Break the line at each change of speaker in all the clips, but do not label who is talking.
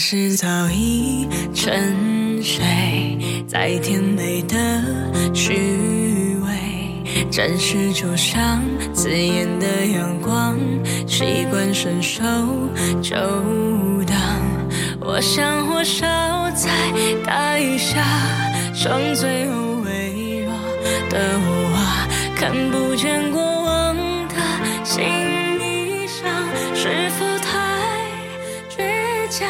是早已沉睡，在甜美的虚伪，暂时就像刺眼的阳光，习惯伸手就挡。我想火烧再打一下，伤最后微弱的我啊，看不见过往的行李箱，是否太？倔强，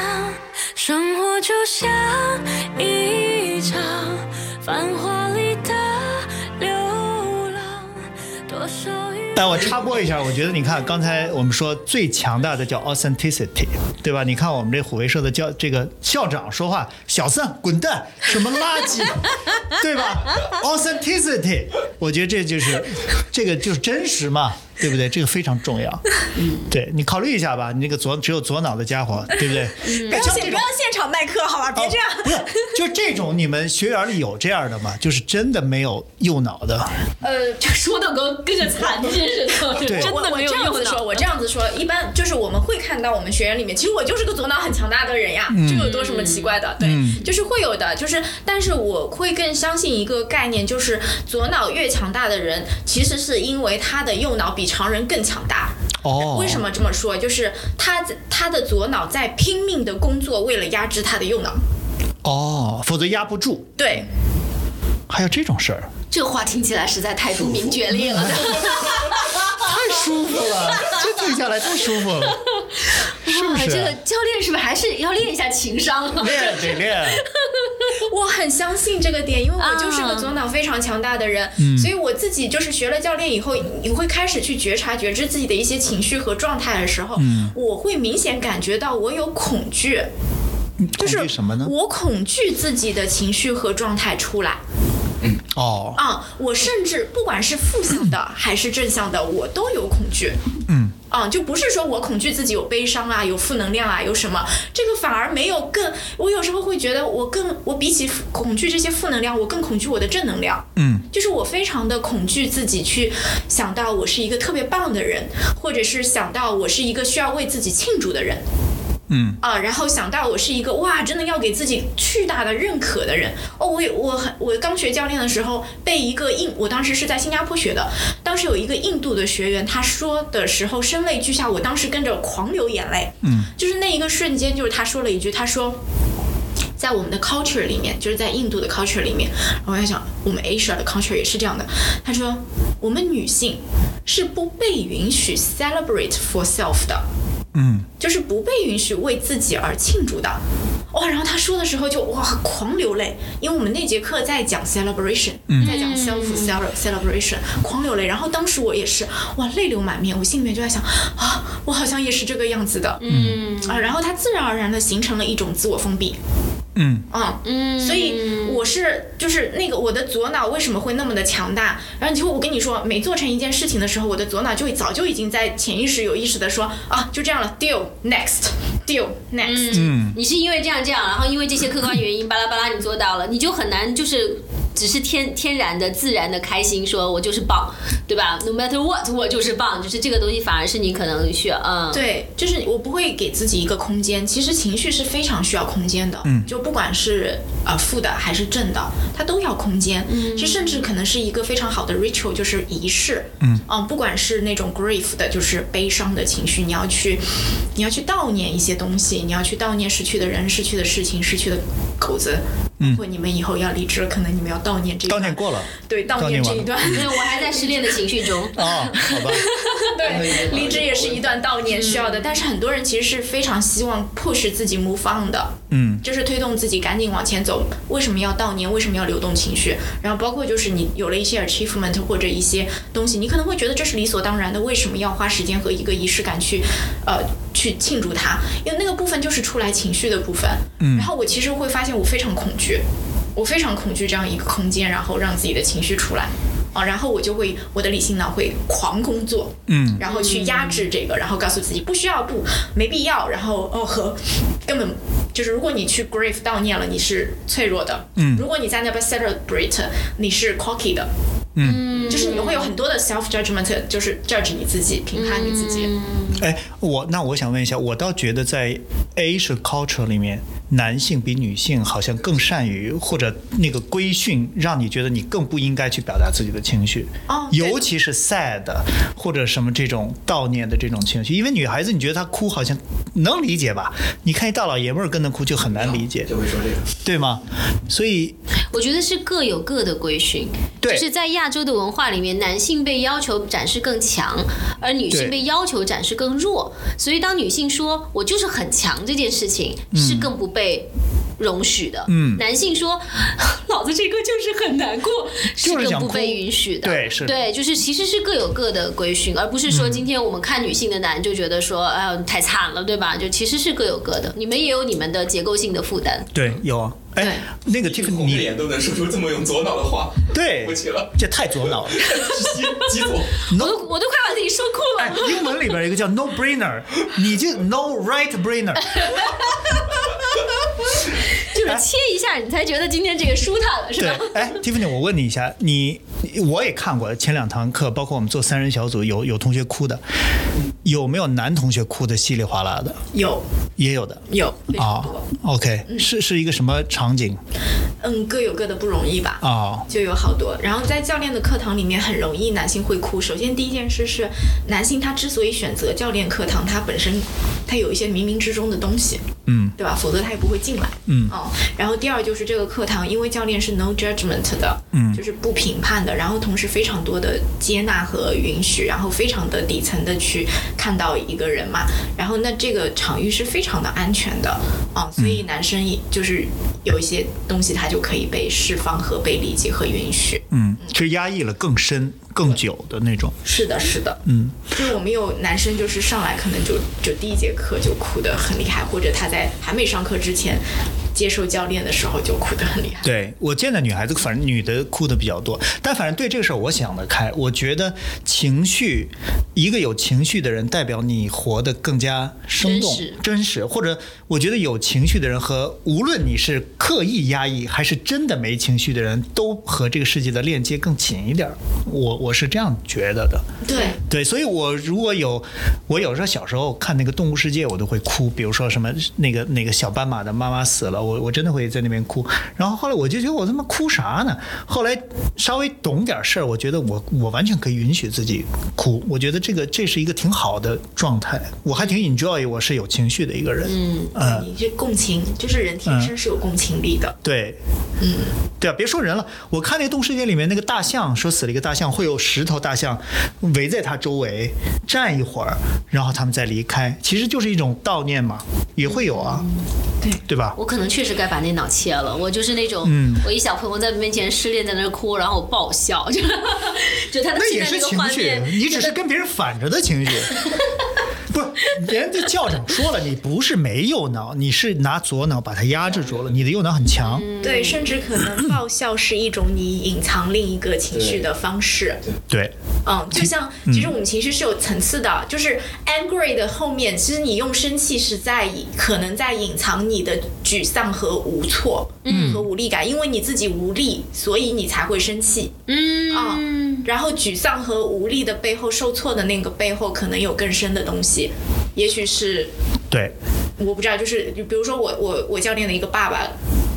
生活就像一场繁华里的流浪，多少雨。
但我插播一下，我觉得你看刚才我们说最强大的叫 authenticity，对吧？你看我们这虎威社的教这个校长说话，小三滚蛋，什么垃圾， 对吧？authenticity，我觉得这就是这个就是真实嘛，对不对？这个非常重要。
嗯
对你考虑一下吧，你那个左只有左脑的家伙，对不对？
嗯
不要现不要现场卖课好吧，别这样。
不是，就这种你们学员里有这样的吗？就是真的没有右脑的，
呃，就说的跟跟个残疾似的，
对
真
我
的
我
没
这
有
样
用
子
脑
说，。我这样子说，一般就是我们会看到我们学员里面，其实我就是个左脑很强大的人呀，这有多什么奇怪的？对，就是会有的，就是但是我会更相信一个概念，就是左脑越强大的人，其实是因为他的右脑比常人更强大。
哦
为什么这么说？就是他他的左脑在拼命的工作，为了压制他的右脑。
哦，否则压不住。
对，
还有这种事儿，
这话听起来实在太不明觉厉了。
太舒服了， 这听下来太舒服 了，是不
哇，
是？
这个教练是不是还是要练一下情商啊？
练得练，
我很相信这个点，因为我就是个左脑非常强大的人，
嗯
所以我自己就是学了教练以后，你会开始去觉察、觉知自己的一些情绪和状态的时候，
嗯
我会明显感觉到我有恐惧，就是
恐惧什么呢？
我恐惧自己的情绪和状态出来。
哦，
啊、我甚至不管是负 向的还是正向的，我都有恐惧。
嗯，
啊、就不是说我恐惧自己有悲伤啊，有负能量啊，有什么，这个反而没有更。我有时候会觉得，我更我比起负恐惧这些负能量，我更恐惧我的正能量。
嗯，
就是我非常的恐惧自己去想到我是一个特别棒的人，或者是想到我是一个需要为自己庆祝的人。
嗯
啊、然后想到我是一个哇，真的要给自己巨大的认可的人哦。我也我很我刚学教练的时候，被一个印，我当时是在新加坡学的，当时有一个印度的学员，他说的时候声泪俱下，我当时跟着狂流眼泪。
嗯，
就是那一个瞬间，就是他说了一句，他说。在我们的 culture 里面，就是在印度的 culture 里面，然后我在想，我们 Asia 的 culture 也是这样的。他说，我们女性是不被允许 celebrate for self 的，
嗯，
就是不被允许为自己而庆祝的。哇、然后他说的时候就哇狂流泪，因为我们那节课在讲 celebration，、在讲 self cele- celebration，狂流泪。然后当时我也是哇泪流满面，我心里面就在想啊，我好像也是这个样子的，嗯啊，然后他自然而然的形成了一种自我封闭，
嗯
嗯嗯，所以我是就是那个我的左脑为什么会那么的强大？然后结果我跟你说，每做成一件事情的时候，我的左脑就早就已经在潜意识有意识的说啊，就这样了，deal next deal next，、
嗯，
你是因为这样这样，然后因为这些客观原因，巴拉巴拉，你做到了，你就很难就是。只是天天然的、自然的开心，说我就是棒，对吧？No matter what，我就是棒，就是这个东西反而是你可能需要，嗯，
对，就是我不会给自己一个空间。其实情绪是非常需要空间的，嗯，就不管是呃负的还是正的，它都要空间。嗯，这甚至可能是一个非常好的 ritual，就是仪式。嗯，不管是那种 grief 的，就是悲伤的情绪，你要去，你要去悼念一些东西，你要去悼念逝去的人、逝去的事情、逝去的狗子。嗯，或你们以后要离职了，可能你们要悼念这一
悼
段
念过了
对
悼
悼
念
念这
完
一
了
段，
没有，我还在失恋的情绪中。
啊，好吧，
对，离职也是一段悼念需要的，但是很多人其实是非常希望 push 自己 move on 的，
嗯，
就是推动自己赶紧往前走。为什么要悼念？为什么要流动情绪？然后包括就是你有了一些 achievement 或者一些东西，你可能会觉得这是理所当然的，为什么要花时间和一个仪式感去，呃，去庆祝它？因为那个部分就是出来情绪的部分。嗯，然后我其实会发现我非常恐惧，我非常恐惧这样一个空间，然后让自己的情绪出来。啊，然后我就会，我的理性脑会狂工作，
嗯，
然后去压制这个，然后告诉自己不需要，不没必要，然后哦和根本就是如果你去 grief 悼念了，你是脆弱的，嗯，如果你在那边 celebrate，你是 cocky 的，嗯，就是你会有很多的 self judgment，就是 judge 你自己，评判你自己。
哎，我那我想问一下，我倒觉得在 Asian culture 里面，男性比女性好像更善于或者那个规训，让你觉得你更不应该去表达自己的情绪，
哦对
尤其是 sad 或者什么这种悼念的这种情绪，因为女孩子你觉得她哭好像能理解吧？你看一大老爷们儿跟她哭就很难理解，
就会说这个。
对吗？所以
我觉得是各有各的规训，
对
就是在亚洲的文化里面，男性被要求展示更强，而女
对
性被要求展示更弱。所以当女性说“我就是很强”这件事情，是更不被。容许的，
嗯
男性说，老子这个就是很难过，
就是想
更不
哭
被允许的，
对是的嗯
对，就是其实是各有各的规训，而不是说今天我们看女性的男就觉得说，哎呦你太惨了，对吧？就其实是各有各的，你们也有你们的结构性的负担，
对有啊，哎，那个 Tiffany，
红着
你
脸都能说出这么用左脑的话，
对
不起了，
这太左脑 了。
极极左。
我都我都快把自己说哭了。
哎，英文里边有一个叫 no brainer，你就 no right brainer，
就是切一下，你才觉得今天这个舒坦了，是
哎对
吧？，
哎，Tiffany，我问你一下，你你我也看过前两堂课，包括我们做三人小组，有有同学哭的，有没有男同学哭的稀里哗啦的？
有
也有的
有
啊、o k 是是一个什么场景
嗯，各有各的不容易吧。
啊、
就有好多。然后在教练的课堂里面，很容易男性会哭。首先第一件事是，男性他之所以选择教练课堂，他本身他有一些冥冥之中的东西，
嗯，
对吧？否则他也不会进来，
嗯
哦。然后第二就是这个课堂，因为教练是 no judgment 的，
嗯
就是不评判的，然后同时非常多的接纳和允许，然后非常的底层的去看到一个人嘛。然后那这个场域是非常的安全的，哦，所
嗯
以男生也就是有一些东西他就可以被释放和被理解和允许。
嗯，是压抑了更深、更久的那种。
是的，是的，嗯，就是我们有男生就是上来可能就就第一节课就哭得很厉害，或者他在还没上课之前接受教练的时候就哭得很厉害。
对我见的女孩子，反正女的哭的比较多，但反正对这个事儿我想得开。我觉得情绪，一个有情绪的人，代表你活得更加生动、
真实
真实，或者我觉得有情绪的人和无论你是刻意压抑还是真的没情绪的人，都和这个世界的链接更紧一点儿。我我是这样觉得的。
对，
对，所以我如果有，我有时候小时候看那个《动物世界》，我都会哭，比如说什么那个那个小斑马的妈妈死了，我我真的会在那边哭。然后后来我就觉得我他妈哭啥呢？后来稍微懂点事儿，我觉得我我完全可以允许自己哭，我觉得这个这是一个挺好的状态，我还挺 enjoy 我是有情绪的一个人。嗯，呃，
你这共情就是人天生是有共情力的。
对，嗯，对啊，别说人了，我看那个《动物世界》里面那个大象，说死了一个大象，会有十头大象围在它周围站一会儿，然后他们再离开，其实就是一种悼念嘛，也会有啊，
对
对吧？
嗯我可能确实该把那脑切了。我就是那种，
嗯
我一小朋友在面前失恋，在那儿哭，然后我爆笑，就 就他的
那
现
也
在
是
这个
情
画
绪，
面，
你只是跟别人反着的情 绪。不是，人家校长说了，你不是没右脑，你是拿左脑把它压制住了，你的右脑很强。
嗯
对，甚至可能爆笑是一种你隐藏另一个情绪的方式。
对，
嗯，就像其实我们情绪是有层次的，就是 angry 的后面，其实你用生气是在隐可能在隐藏你的沮丧和无措，嗯，和无力感，因为你自己无力，所以你才会生气。
嗯
嗯，然后沮丧和无力的背后，受挫的那个背后，可能有更深的东西，也许是
对，
我不知道，就是比如说我我我教练的一个爸爸，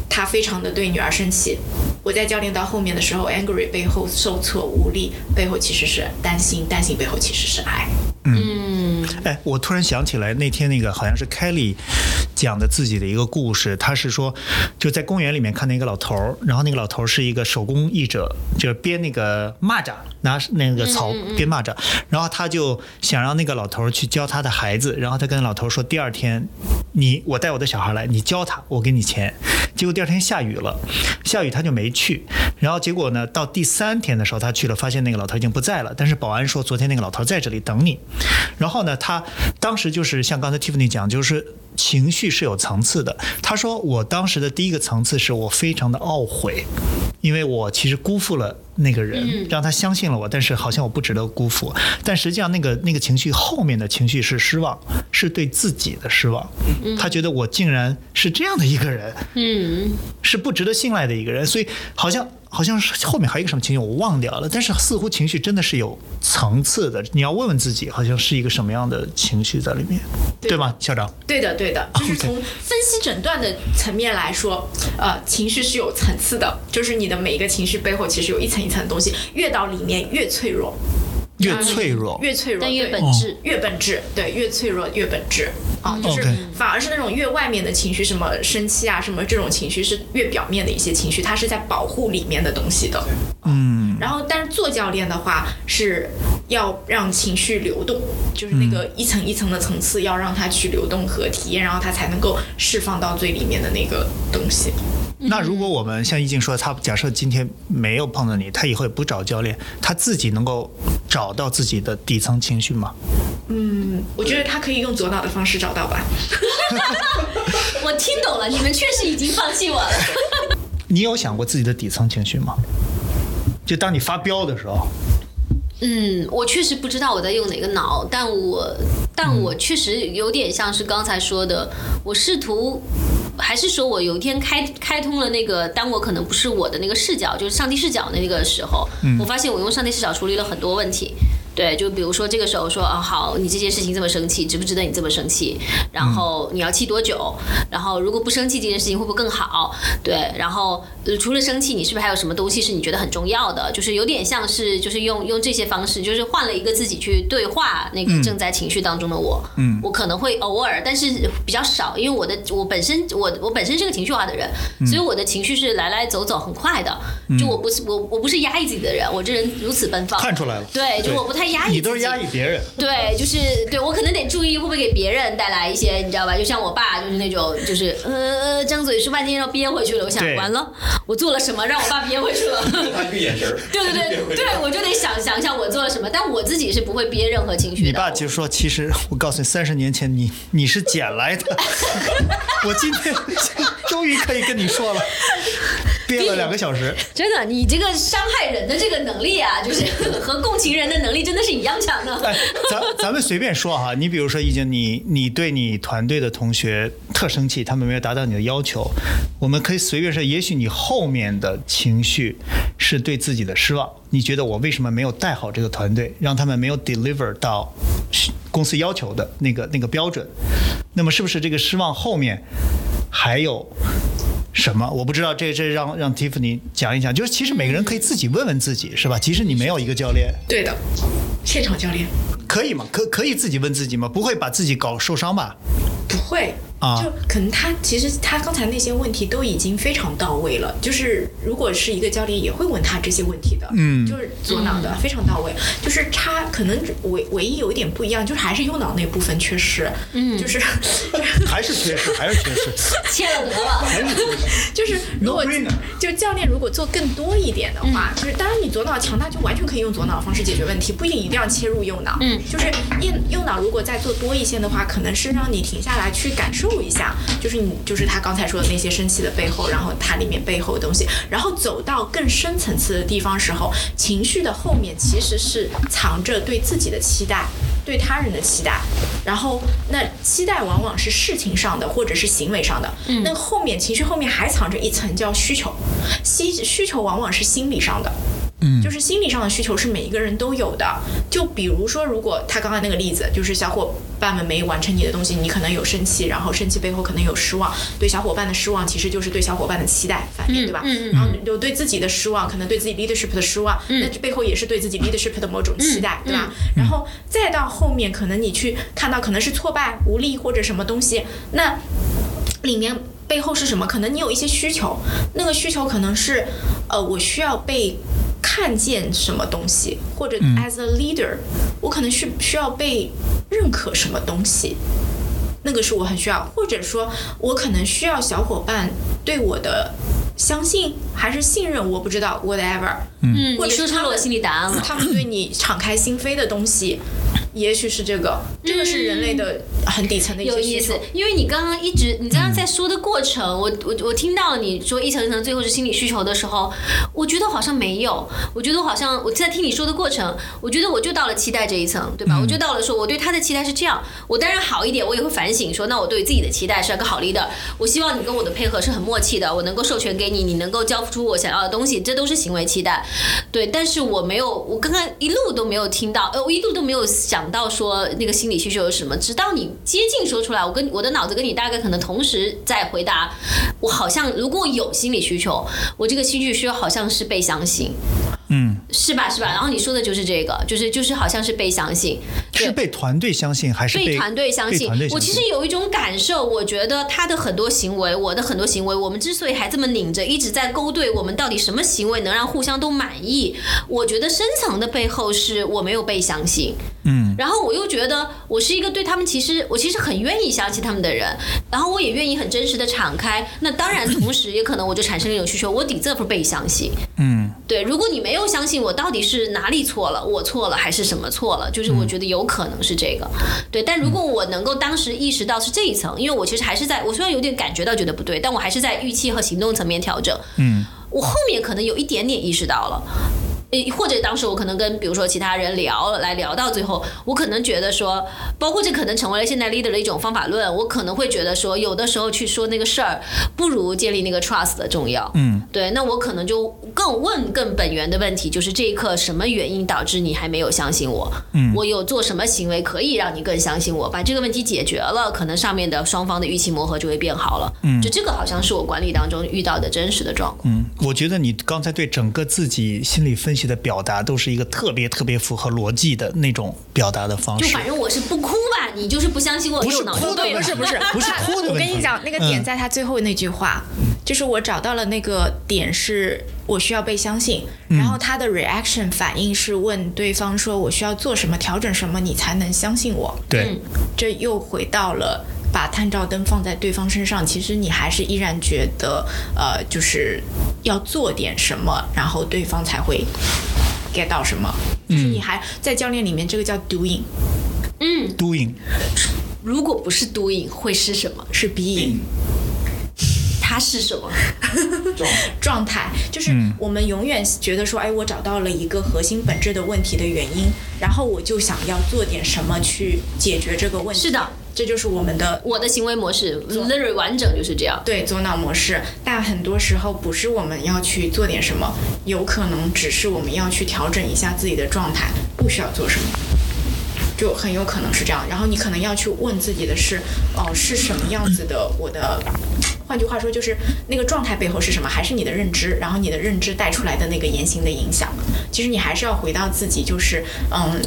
他非常的对女儿生气。我在教练到后面的时候，angry 背后受挫无力，背后其实是担心，担心背后其实是爱。
哎，我突然想起来那天那个好像是凯莉讲的自己的一个故事，她是说就在公园里面看到一个老头儿，然后那个老头儿是一个手工艺者，就是编那个蚂蚱，拿那个草编蚂蚱，然后他就想让那个老头儿去教他的孩子，然后他跟老头儿说第二天你我带我的小孩来，你教他，我给你钱。结果第二天下雨了，下雨他就没去。然后结果呢，到第三天的时候他去了，发现那个老头已经不在了。但是保安说昨天那个老头在这里等你。然后呢，他当时就是像刚才 Tiffany 讲，就是情绪是有层次的。他说我当时的第一个层次是我非常的懊悔，因为我其实辜负了那个人，
嗯
让他相信了我，但是好像我不值得辜负。但实际上，那个那个情绪后面的情绪是失望，是对自己的失望。他觉得我竟然是这样的一个人，
嗯，
是不值得信赖的一个人，所以好像好像是后面还有一个什么情绪我忘掉了，但是似乎情绪真的是有层次的，你要问问自己，好像是一个什么样的情绪在里面，对吗，校长？
对的，对
哦
的，就是从分析诊断的层面来说，呃，情绪是有层次的，就是你的每一个情绪背后其实有一层一层的东西，越到里面越脆弱，
越脆弱，
越脆弱，
但越
对
本质。
越本质，对，越脆弱越本质啊，就是
OK
反而是那种越外面的情绪，什么生气啊，什么这种情绪是越表面的一些情绪，它是在保护里面的东西的。嗯，然后但是做教练的话是要让情绪流动，就是那个一层一层的层次要让它去流动和体验，然后它才能够释放到最里面的那个东西。
那如果我们像易静说，他假设今天没有碰到你，他以后也不找教练，他自己能够找到自己的底层情绪吗？
我觉得他可以用左脑的方式找到吧。
哦
我听懂了，你们确实已经放弃我了。
你有想过自己的底层情绪吗？就当你发飙的时候，
嗯，我确实不知道我在用哪个脑，但我但
嗯
我确实有点像是刚才说的，我试图。还是说我有一天开开通了那个，当我可能不是我的那个视角，就是上帝视角的那个时候，
嗯
我发现我用上帝视角处理了很多问题。对，就比如说这个时候说啊，好，你这件事情这么生气，值不值得你这么生气？然后你要气多久？然后如果不生气，这件事情会不会更好？对，然后、呃除了生气，你是不是还有什么东西是你觉得很重要的？就是有点像是就是用用这些方式，就是换了一个自己去对话那个正在情绪当中的我。嗯，我可能会偶尔，但是比较少，因为我的我本身我我本身是个情绪化的人，所以我的情绪是来来走走很快的。就我不是我我不是压抑自己的人，我这人如此奔放。
看出来了，
哦对，就我不太压抑，
你都是压抑。别人，
对，就是对我可能得注意会不会给别人带来一些，你知道吧？就像我爸就是那种，就是呃张嘴说半天要憋回去了，我想
对
完了，我做了什么让我爸憋回去了？
他一个眼神儿，
对对对
别回
对，我就得想想一下我做了什么，但我自己是不会憋任何情绪的。
你爸就说：“其实我告诉你，三十年前你你是捡来 的，我今天终于可以跟你说了，憋了两个小时。
真的，你这个伤害人的这个能力啊，就是 和共情人的能力真的是一样强的
哎。，咱咱们随便说哈，你比如说，易经，你你对你团队的同学特生气，他们没有达到你的要求，我们可以随便说，也许你后面的情绪是对自己的失望，你觉得我为什么没有带好这个团队，让他们没有 deliver 到公司要求的那个那个标准，那么是不是这个失望后面还有？什么？我不知道，这这让让 Tiffany 讲一讲，就是其实每个人可以自己问问自己，是吧？即使你没有一个教练，
对的，现场教练。
可以吗？可可以自己问自己吗？不会把自己搞受伤吧？
不会
啊
就可能他其实他刚才那些问题都已经非常到位了，就是如果是一个教练也会问他这些问题的，嗯，就是左脑的、非常到位，就是差可能唯唯一有一点不一样，就是还是右脑那部分缺失，嗯，就是
还是缺失，还是缺 失。
切了得了，
就是如果
No-brainer
就教练如果做更多一点的话，就是当然你左脑强大就完全可以用左脑的方式解决问题，不一定一定要切入右脑。嗯，就是右右脑如果再做多一些的话，可能是让你停下来去感受一下，就是你就是他刚才说的那些生气的背后，然后它里面背后的东西，然后走到更深层次的地方时候，情绪的后面其实是藏着对自己的期待。对他人的期待，然后那期待往往是事情上的或者是行为上的，那后面情绪后面还藏着一层叫需求，需需求往往是心理上的。就是心理上的需求是每一个人都有的。就比如说，如果他刚才那个例子，就是小伙伴们没完成你的东西，你可能有生气，然后生气背后可能有失望，对小伙伴的失望其实就是对小伙伴的期待反面，对吧？然后有对自己的失望，可能对自己 leadership 的失望，那这背后也是对自己 leadership 的某种期待，对吧？然后再到后面，可能你去看到可能是挫败、无力或者什么东西，那里面背后是什么？可能你有一些需求，那个需求可能是，呃，我需要被看见什么东西，或者 as a leader，、我可能是需要被认可什么东西，那个是我很需要，或者说我可能需要小伙伴对我的相信还是信任，我不知道，whatever。
嗯，
或
你
者
说
是
出
他
了
们
我心里答案了。
他们对你敞开心扉的东西，也许是这个，这个是人类的很底层的一
有
些嗯
意
需
思
求。，
因为你刚刚一直你刚刚在说的过程，我我我听到你说一层一层，最后是心理需求的时候，我我觉得好像没有，我觉得我好像我在听你说的过程，我觉得我就到了期待这一层，对吧？
嗯
我就到了说我对他的期待是这样，我当然好一点，我也会反省说，那我对自己的期待是要个好 leader，我希望你跟我的配合是很默契的，我能够授权给你，你能够交付出我想要的东西，这都是行为期待。对，但是我没有，我刚刚一路都没有听到，呃，我一路都没有想到说那个心理需求是什么，直到你接近说出来，我跟我的脑子跟你大概可能同时在回答，我好像如果有心理需求，我这个心理需求好像是被相信，
嗯，
是吧？是吧？然后你说的就是这个，就是就是好像是被相信，对
是被团队相信还是
被
被
团队相
被
信
团队。
我其实有一种感受，我觉得他的很多行为，我的很多行为，我们之所以还这么拧着，一直在勾兑我们到底什么行为能让互相都满意，我觉得深层的背后是我没有被相信。
嗯，
然后我又觉得我是一个对他们其实我其实很愿意相信他们的人，然后我也愿意很真实的敞开。那当然，同时也可能我就产生了一种需求，我 deserve 被相信。
嗯，
对，如果你没有相信我，到底是哪里错了，我错了还是什么错了？就是
嗯
我觉得有可能是这个，对。但如果我能够当时意识到是这一层，因为我其实还是在，我虽然有点感觉到觉得不对，但我还是在预期和行动层面调整。
嗯，
我后面可能有一点点意识到了。诶，或者当时我可能跟比如说其他人聊，来聊到最后，我可能觉得说，包括这可能成为了现代 leader 的一种方法论，我可能会觉得说，有的时候去说那个事儿，不如建立那个 trust 的重要。
嗯，
对，那我可能就更问更本源的问题，就是这一刻什么原因导致你还没有相信我？
嗯
我有做什么行为可以让你更相信我？把这个问题解决了，可能上面的双方的预期磨合就会变好了。嗯，就这个好像是我管理当中遇到的真实的状况。
嗯，我觉得你刚才对整个自己心理分析的表达，都是一个特别特别符合逻辑的那种表达的方
就
式
反。正我是不哭吧，你就是不相信我
不是
右脑就
哭的
对了
问。题，
不是
不是哭的问题。
我跟你讲，那个点
嗯
在他最后那句话，就是我找到了那个点是。我需要被相信，
嗯
然后他的 reaction 反应是问对方说：“我需要做什么，调整什么，你才能相信我
对，？”
这又回到了把探照灯放在对方身上，其实你还是依然觉得，呃，就是要做点什么，然后对方才会 get 到什么。就是你
嗯
还在教练里面，这个叫 doing，
嗯
doing
如果不是 doing 会是什么？
是 being。
它是什么？
状态，就是我们永远觉得说，哎，我找到了一个核心本质的问题的原因，然后我就想要做点什么去解决这个问题。
是的，
这就是我们的
我的行为模式 literally 完整就是这样。
对左脑模式。但很多时候不是我们要去做点什么，有可能只是我们要去调整一下自己的状态，不需要做什么。就很有可能是这样，然后你可能要去问自己的是，哦、是什么样子的？我的，换句话说就是那个状态背后是什么？还是你的认知，然后你的认知带出来的那个言行的影响？其实你还是要回到自己，就是嗯，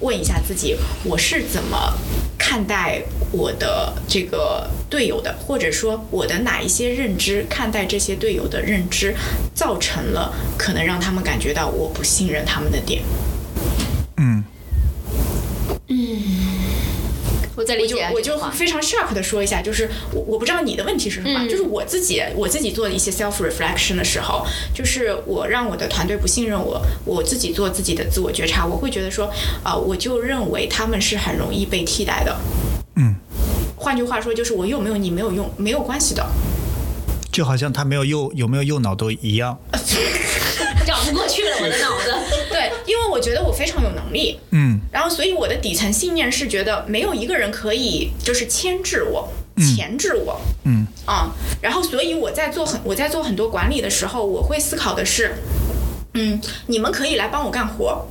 问一下自己，我是怎么看待我的这个队友的，或者说我的哪一些认知看待这些队友的认知，造成了可能让他们感觉到我不信任他们的点。
我在理解啊
我
这
就
句话
非常 sharp 的说一下，就是我我不知道你的问题是什么，就是
嗯
我自己我自己做一些 self reflection 的时候，就是我让我的团队不信任我，我自己做自己的自我觉察，我会觉得说，啊、我就认为他们是很容易被替代的。
嗯，
换句话说，就是我有没有你没有用，没有关系的。
就好像他没有右有没有右脑都一样。
绕不过去了，我的脑子。
对，因为我觉得我非常有能力，
嗯
然后所以我的底层信念是觉得没有一个人可以就是牵制我、钳制我。
嗯
啊、然后所以我在做很我在做很多管理的时候，我会思考的是，嗯，你们可以来帮我干活，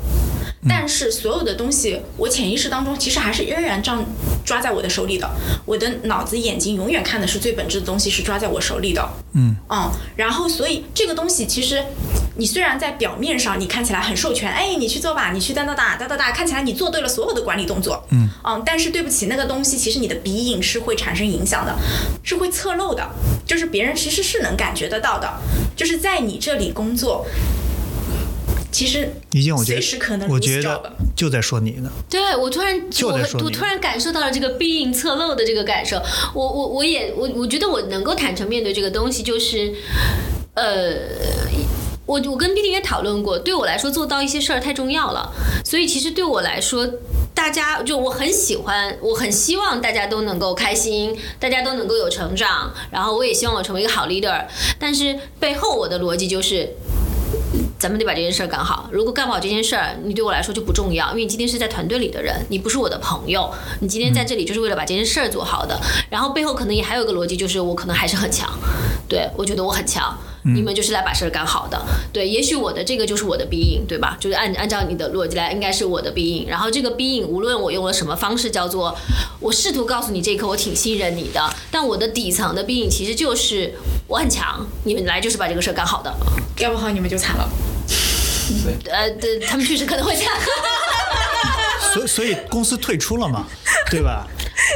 但是所有的东西，我潜意识当中其实还是仍然这样抓在我的手里的。我的脑子、眼睛永远看的是最本质的东西，是抓在我手里的。
嗯
嗯，然后所以这个东西其实。你虽然在表面上你看起来很授权，哎，你去做吧，你去哒哒哒哒哒哒，看起来你做对了所有的管理动作，嗯但是对不起，那个东西其实你的鼻影是会产生影响的，是会侧漏的，就是别人其实是能感觉得到的，就是在你这里工作，其实
已经我觉
随时可
得
能
我觉
lose job
得就在说你呢。
对我突然
就
我
在说
我
你
突然感受到了这个必应侧漏的这个感受，我我我也我我觉得我能够坦诚面对这个东西，就是呃。我我跟 B D 也讨论过，对我来说做到一些事儿太重要了，所以其实对我来说，大家就我很喜欢，我很希望大家都能够开心，大家都能够有成长，然后我也希望我成为一个好 leader，但是背后我的逻辑就是，咱们得把这件事儿干好。如果干不好这件事儿，你对我来说就不重要，因为你今天是在团队里的人，你不是我的朋友，你今天在这里就是为了把这件事儿做好的。然后背后可能也还有一个逻辑，就是我可能还是很强，对我觉得我很强。你们就是来把事儿干好的，对，也许我的这个就是我的 being，对吧？就是按按照你的逻辑来，应该是我的 being。然后这个 being，无论我用了什么方式，叫做我试图告诉你这一刻我挺信任你的，但我的底层的 being 其实就是我很强，你们来就是把这个事儿干好的。
要不好你们就惨了。
呃，对，他们确实可能会这 样
所以所以公司退出了嘛，对吧？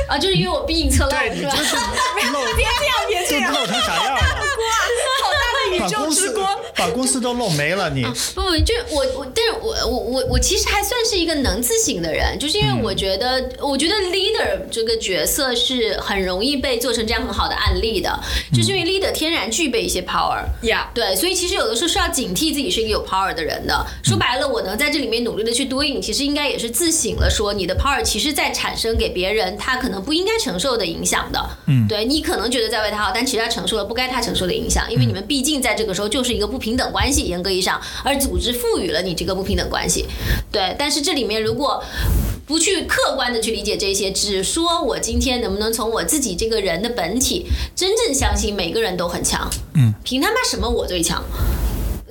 啊，就是因为我 being 侧漏
对你
是
就
吧？
是漏，
这样别
就漏成啥样了？
好
把公司把公司都漏没了，
嗯
你
不不，就我我，但是我我我我其实还算是一个能自省的人，就是因为我觉得，我觉得 leader 这个角色是很容易被做成这样很好的案例的，就是
嗯
因为 leader 天然具备一些 power。
呀
对，所以其实有的时候是要警惕自己是一个有 power 的人的。说白了，我能在这里面努力的去 doing，其实应该也是自省了，说你的 power 其实在产生给别人他可能不应该承受的影响的。嗯，对你可能觉得在为他好，但其实他承受了不该他承受的影响，因为你们毕竟在这个时候就是一个不平等关系，严格意义上，而组织赋予了你这个不平等关系。对，但是这里面如果不去客观的去理解这些，只说我今天能不能从我自己这个人的本体，真正相信每个人都很强。嗯，凭他妈什么我最强，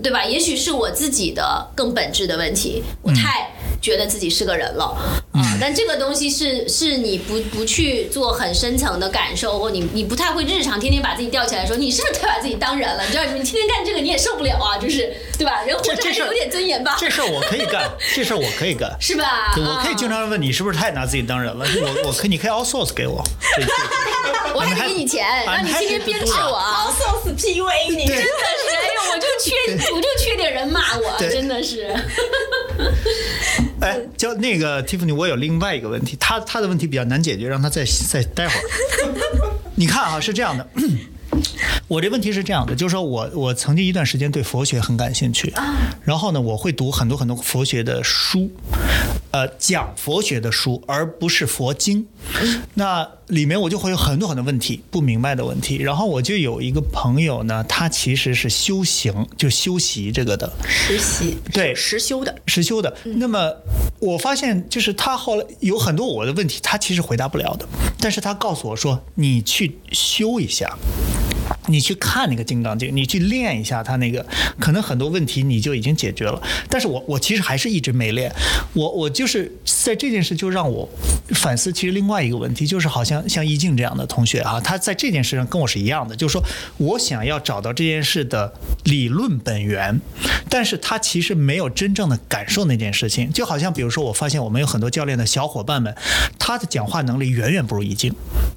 对吧？也许是我自己的更本质的问题，我太觉得自己是个人了
嗯
啊、但这个东西是是你不不去做很深层的感受，或你你不太会日常天天把自己吊起来说你是不是太把自己当人了？你知道你天天干这个你也受不了啊，就是对吧？人活着
这
还是
事儿
有点尊严吧，
这事儿我可以 干，这事儿我可以
啊
干。
是吧？
对，我可以经
啊
常问你是不是太拿自己当人了？我我可以你可以 outsource 给我，这这
我还得给你钱，
还
让你天天鞭笞我啊！
，outsource PUA 你，
真的是，哎呦，我就缺，我就缺点人骂我，
对
真的是。
哎，就那个 Tiffany，我有另外一个问题，他他的问题比较难解决，让他再再待会儿。 你看啊，是这样的。 我这问题是这样的，就是说我我曾经一段时间对佛学很感兴趣，然后呢，我会读很多很多佛学的书，呃，讲佛学的书，而不是佛经。那里面我就会有很多很多问题，不明白的问题。然后我就有一个朋友呢，他其实是修行，就修习这个的，
实习
对，
实修的，嗯
实修的。那么我发现，就是他后来有很多我的问题，他其实回答不了的，但是他告诉我说，你去修一下。你去看那个《金刚经》，你去练一下它那个，可能很多问题你就已经解决了。但是我我其实还是一直没练，我我就是在这件事就让我反思。其实另外一个问题就是，好像像易静这样的同学哈、啊他在这件事上跟我是一样的，就是说我想要找到这件事的理论本源，但是他其实没有真正的感受那件事情。就好像比如说，我发现我们有很多教练的小伙伴们，他的讲话能力远远不如易静，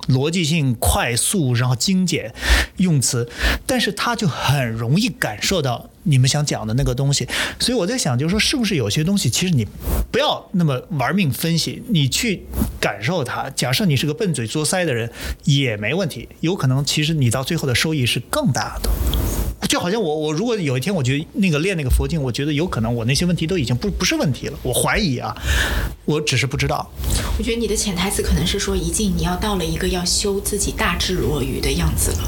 逻辑性快速，然后精简用词，但是他就很容易感受到你们想讲的那个东西。所以我在想，就是说，是不是有些东西，其实你不要那么玩命分析，你去感受它。假设你是个笨嘴拙腮的人，也没问题，有可能其实你到最后的收益是更大的。就好像我我如果有一天我觉得那个练那个佛经，我觉得有可能我那些问题都已经不不是问题了，我怀疑啊，我只是不知道。
我觉得你的潜台词可能是说，一静你要到了一个要修自己大智若愚的样子了，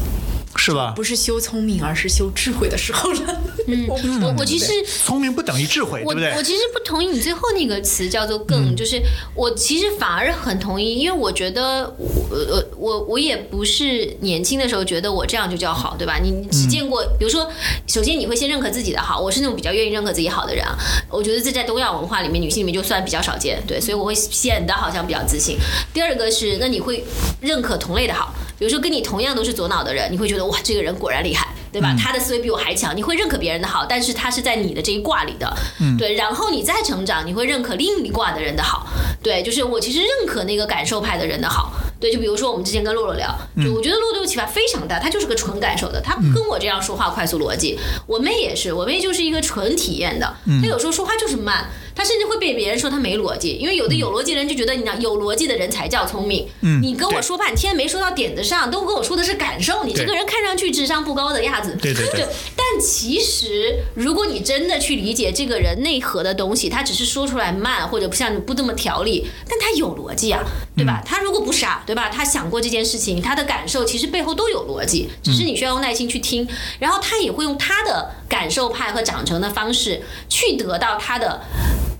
是吧
不？是修聪明，而是修智慧的时候了。嗯， 我不
我我其实
聪明不等于智慧，对
我
不对嗯
我？其实不同意你最后那个词叫做更，就是我其实反而很同意，因为我觉得我我我我也不是年轻的时候觉得我这样就叫好，对吧？你
嗯
你只见过，比如说，首先你会先认可自己的好，我是那种比较愿意认可自己好的人啊，我觉得这在东亚文化里面，女性里面就算比较少见，对，所以我会显得好像比较自信。第二个是，那你会认可同类的好，比如说跟你同样都是左脑的人，你会觉得哇，这个人果然厉害。对吧？他的思维比我还强，你会认可别人的好，但是他是在你的这一卦里的，对。然后你再成长，你会认可另一卦的人的好，对。就是我其实认可那个感受派的人的好，对。就比如说我们之前跟洛洛聊，就我觉得洛洛启发非常大，他就是个纯感受的，他不跟我这样说话快速逻辑。我妹也是，我妹就是一个纯体验的，她有时候说话就是慢。她甚至会被别人说她没逻辑，因为有的有逻辑人就觉得你那有逻辑的人才叫聪明。嗯，你跟我
对
说半天没说到点子上，都跟我说的是感受，你这
对
个人看上去智商不高的样子。
对对对
但其实，如果你真的去理解这个人内核的东西，他只是说出来慢，或者不像不那么条理，但他有逻辑啊，对
嗯
吧？他如果不傻，对吧？他想过这件事
嗯
情，他的感受其实背后都有逻辑，只是你需要用耐心去听，然后他也会用他的。感。感受派和长成的方式去得到他的。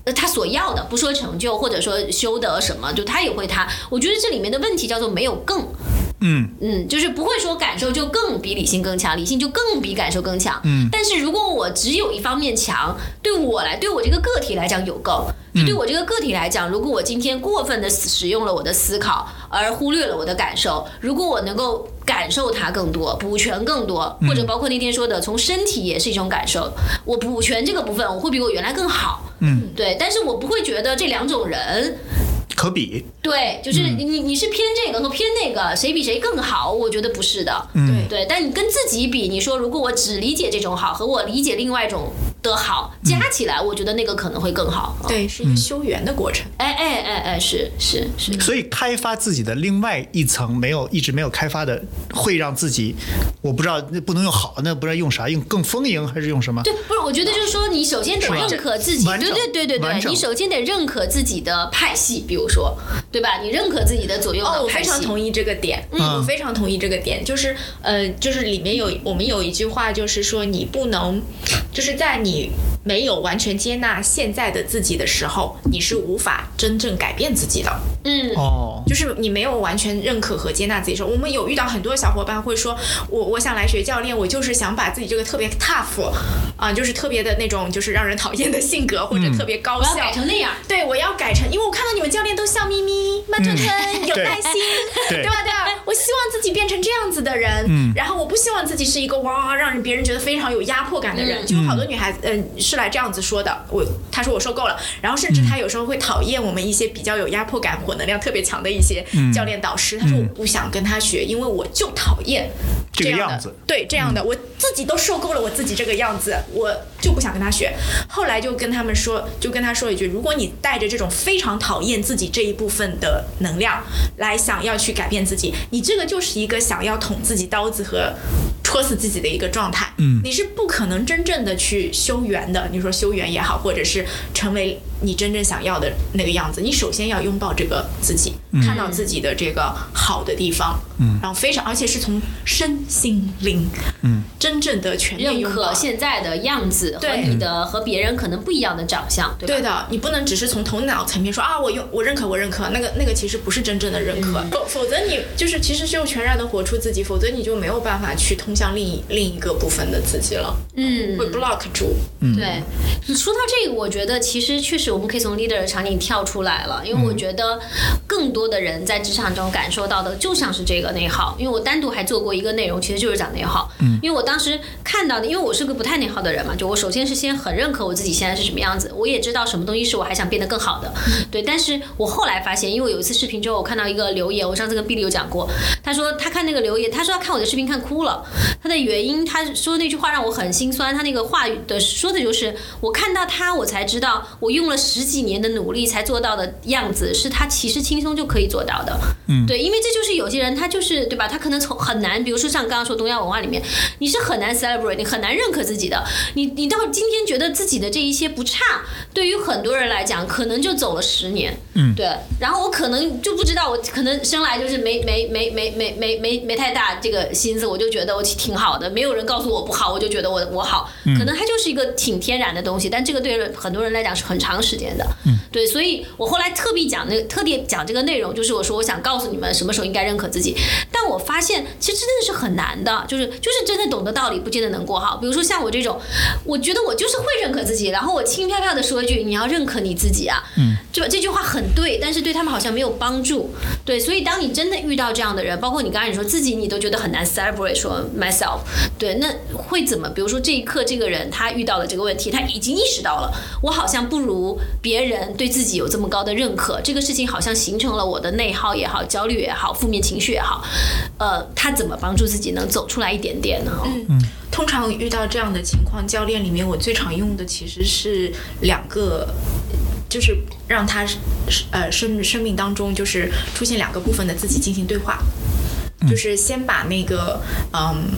呃他所要的，不说成就，或者说修得什么，就他也会他。我觉得这里面的问题叫做没有更，
嗯
嗯，就是不会说感受就更比理性更强，理性就更比感受更强。
嗯
但是如果我只有一方面强，对我来，对我这个个体来讲有够，就
嗯
对我这个个体来讲，如果我今天过分的使用了我的思考，而忽略了我的感受，如果我能够感受它更多，补全更多，或者
嗯
包括那天说的，从身体也是一种感受，我补全这个部分，我会比我原来更好。
嗯，
对，但是我不会觉得这两种人，
可比，
对，就是
嗯
你你你是偏这个和偏那个，谁比谁更好，我觉得不是的。
嗯
对
对，但你跟自己比，你说如果我只理解这种好和我理解另外一种的好
嗯
加起来，我觉得那个可能会更好。啊，
对，是一个修缘的过程。
哎哎哎哎，是是是，
所以开发自己的另外一层没有一直没有开发的，会让自己，我不知道那不能用好，那不知道用啥，用更丰盈还是用什么？
对，不是，我觉得就是说，你首先得
是吧
认可自己，
完
对
整
对对对
完
对，
整
你首先得认可自己的派系，比如说，对吧？你认可自己的左右
哦，
脑
我
派
非
系。
常同意这个点，
嗯
我非常同意这个点，就是呃，就是里面有我们有一句话，就是说你不能，就是在你没有完全接纳现在的自己的时候，你是无法真正改变自己的。
嗯，
哦，
就是你没有完全认可和接纳自己的时候，我们有遇到很多小伙伴会说，我我想来学教练，我就是想把自己这个特别 tough，啊、就是特别的那种就是让人讨厌的性格或者
嗯
特别高
我要
效。
改成那样。
对，我要改成，因为我看到你们教练都笑眯眯、慢吞吞、有
嗯对
耐心，
对
对吧？对吧？我希望自己变成这样子的人，
嗯
然后我不希望自己是一个哇，让人别人觉得非常有压迫感的人。
嗯
就有好多女孩子，嗯、是来这样子说的。我她说我受够了，然后甚至她有时候会讨厌我们一些比较有压迫感、火能量特别强的一些
嗯
教练导师。她说我不想跟他学，因为我就讨厌。
这个
样的
样子嗯
对这样的，我自己都受够了我自己这个样子，我就不想跟他学。后来就跟他们说，就跟他说一句：如果你带着这种非常讨厌自己这一部分的能量来想要去改变自己，你这个就是一个想要捅自己刀子和戳死自己的一个状态。
嗯
你是不可能真正的去修缘的。你说修缘也好，或者是成为你真正想要的那个样子，你首先要拥抱这个自己，看到自己的这个好的地方，嗯，然后非常，而且是从身心灵，嗯，真正的全面
认
拥
可
抱。
现在的样子和
对
你的和别人可能不一样的长相，对吧？
对的，你不能只是从头脑层面说啊，我用我认可，我认可，那个那个其实不是真正的认可，否否则你就是其实就全然的活出自己，否则你就没有办法去通向另一另一个部分的自己了，
嗯，
会 block 住。
对，你说到这个，我觉得其实确实我们可以从 leader 的场景跳出来了，因为我觉得更多的人在职场中感受到的就像是这个内耗。因为我单独还做过一个内容，其实就是讲内耗。嗯，因为我当时看到的，因为我是个不太内耗的人嘛，就我首先是先很认可我自己现在是什么样子，我也知道什么东西是我还想变得更好的。对，但是我后来发现，因为我有一次视频之后，我看到一个留言，我上次跟 Billy 有讲过，他说他看那个留言，他说他看我的视频看哭了，他的原因，他说那句话让我很心酸。他那个话语的说的就是，我看到他，我才知道我用了十几年的努力才做到的样子，是他其实轻松就可以做到的。嗯，对，因为这就是有些人他就是对吧？他可能从很难，比如说像刚刚说东亚文化里面，你是很难 celebrate，你很难认可自己的。你你到今天觉得自己的这一些不差，对于很多人来讲，可能就走了十年。嗯，对。然后我可能就不知道，我可能生来就是没没没没没没没没太大这个心思，我就觉得我挺好的，没有人告诉我不好，我就觉得我我好。可能它就是一个挺天然的东西，但这个对人很多人来讲是很长时间的。嗯，对。所以我后来特地讲那个特地讲这个内容，就是我说我想告诉你们什么时候应该认可自己，但我发现其实真的是很难的，就是就是真的懂得道理不见得能过好。比如说像我这种，我觉得我就是会认可自己，然后我轻飘飘的说一句你要认可你自己啊，嗯，对吧？这句话很对，但是对他们好像没有帮助。对，所以当你真的遇到这样的人，包括你刚才你说自己你都觉得很难 celebrate 说 myself，对，那会怎么？比如说这一刻这个人他遇到了这个问题，他已经意识到了，我好像不如别人对自己有这么高的认可，这个事情好像形成了我的内耗也好、焦虑也好、负面情绪也好，呃，他怎么帮助自己能走出来一点点呢？
通常遇到这样的情况，教练里面我最常用的其实是两个，就是让他呃生生命当中就是出现两个部分的自己进行对话，就是先把那个嗯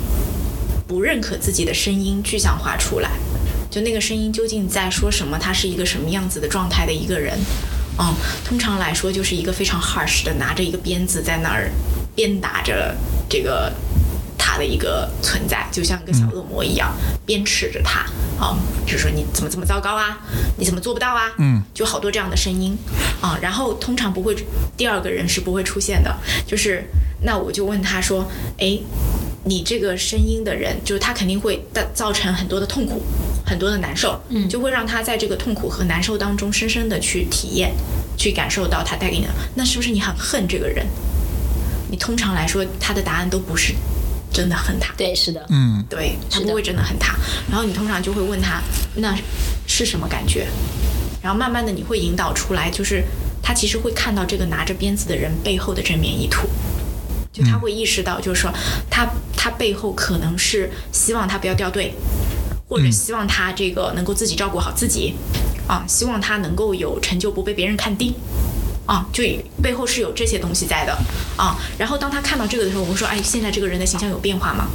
不认可自己的声音具象化出来，就那个声音究竟在说什么，他是一个什么样子的状态的一个人。嗯，通常来说就是一个非常 harsh 的，拿着一个鞭子在那儿鞭打着这个他的一个存在，就像个小恶魔一样鞭笞着他啊，就说你怎么这么糟糕啊，你怎么做不到啊？
嗯，
就好多这样的声音啊。然后通常不会，第二个人是不会出现的，就是那我就问他说，哎，你这个声音的人，就是他肯定会造造成很多的痛苦，很多的难受，嗯，就会让他在这个痛苦和难受当中深深的去体验，去感受到他带给你的。那是不是你很恨这个人？你通常来说，他的答案都不是真的恨他，
对，是的，
嗯，
对他
是的
不会真的恨他。然后你通常就会问他，那是什么感觉？然后慢慢的你会引导出来，就是他其实会看到这个拿着鞭子的人背后的正面意图，就他会意识到，就是说他他背后可能是希望他不要掉队，或者希望他这个能够自己照顾好自己，啊，希望他能够有成就，不被别人看低。啊，就背后是有这些东西在的啊。然后当他看到这个的时候，我会说，哎，现在这个人的形象有变化吗？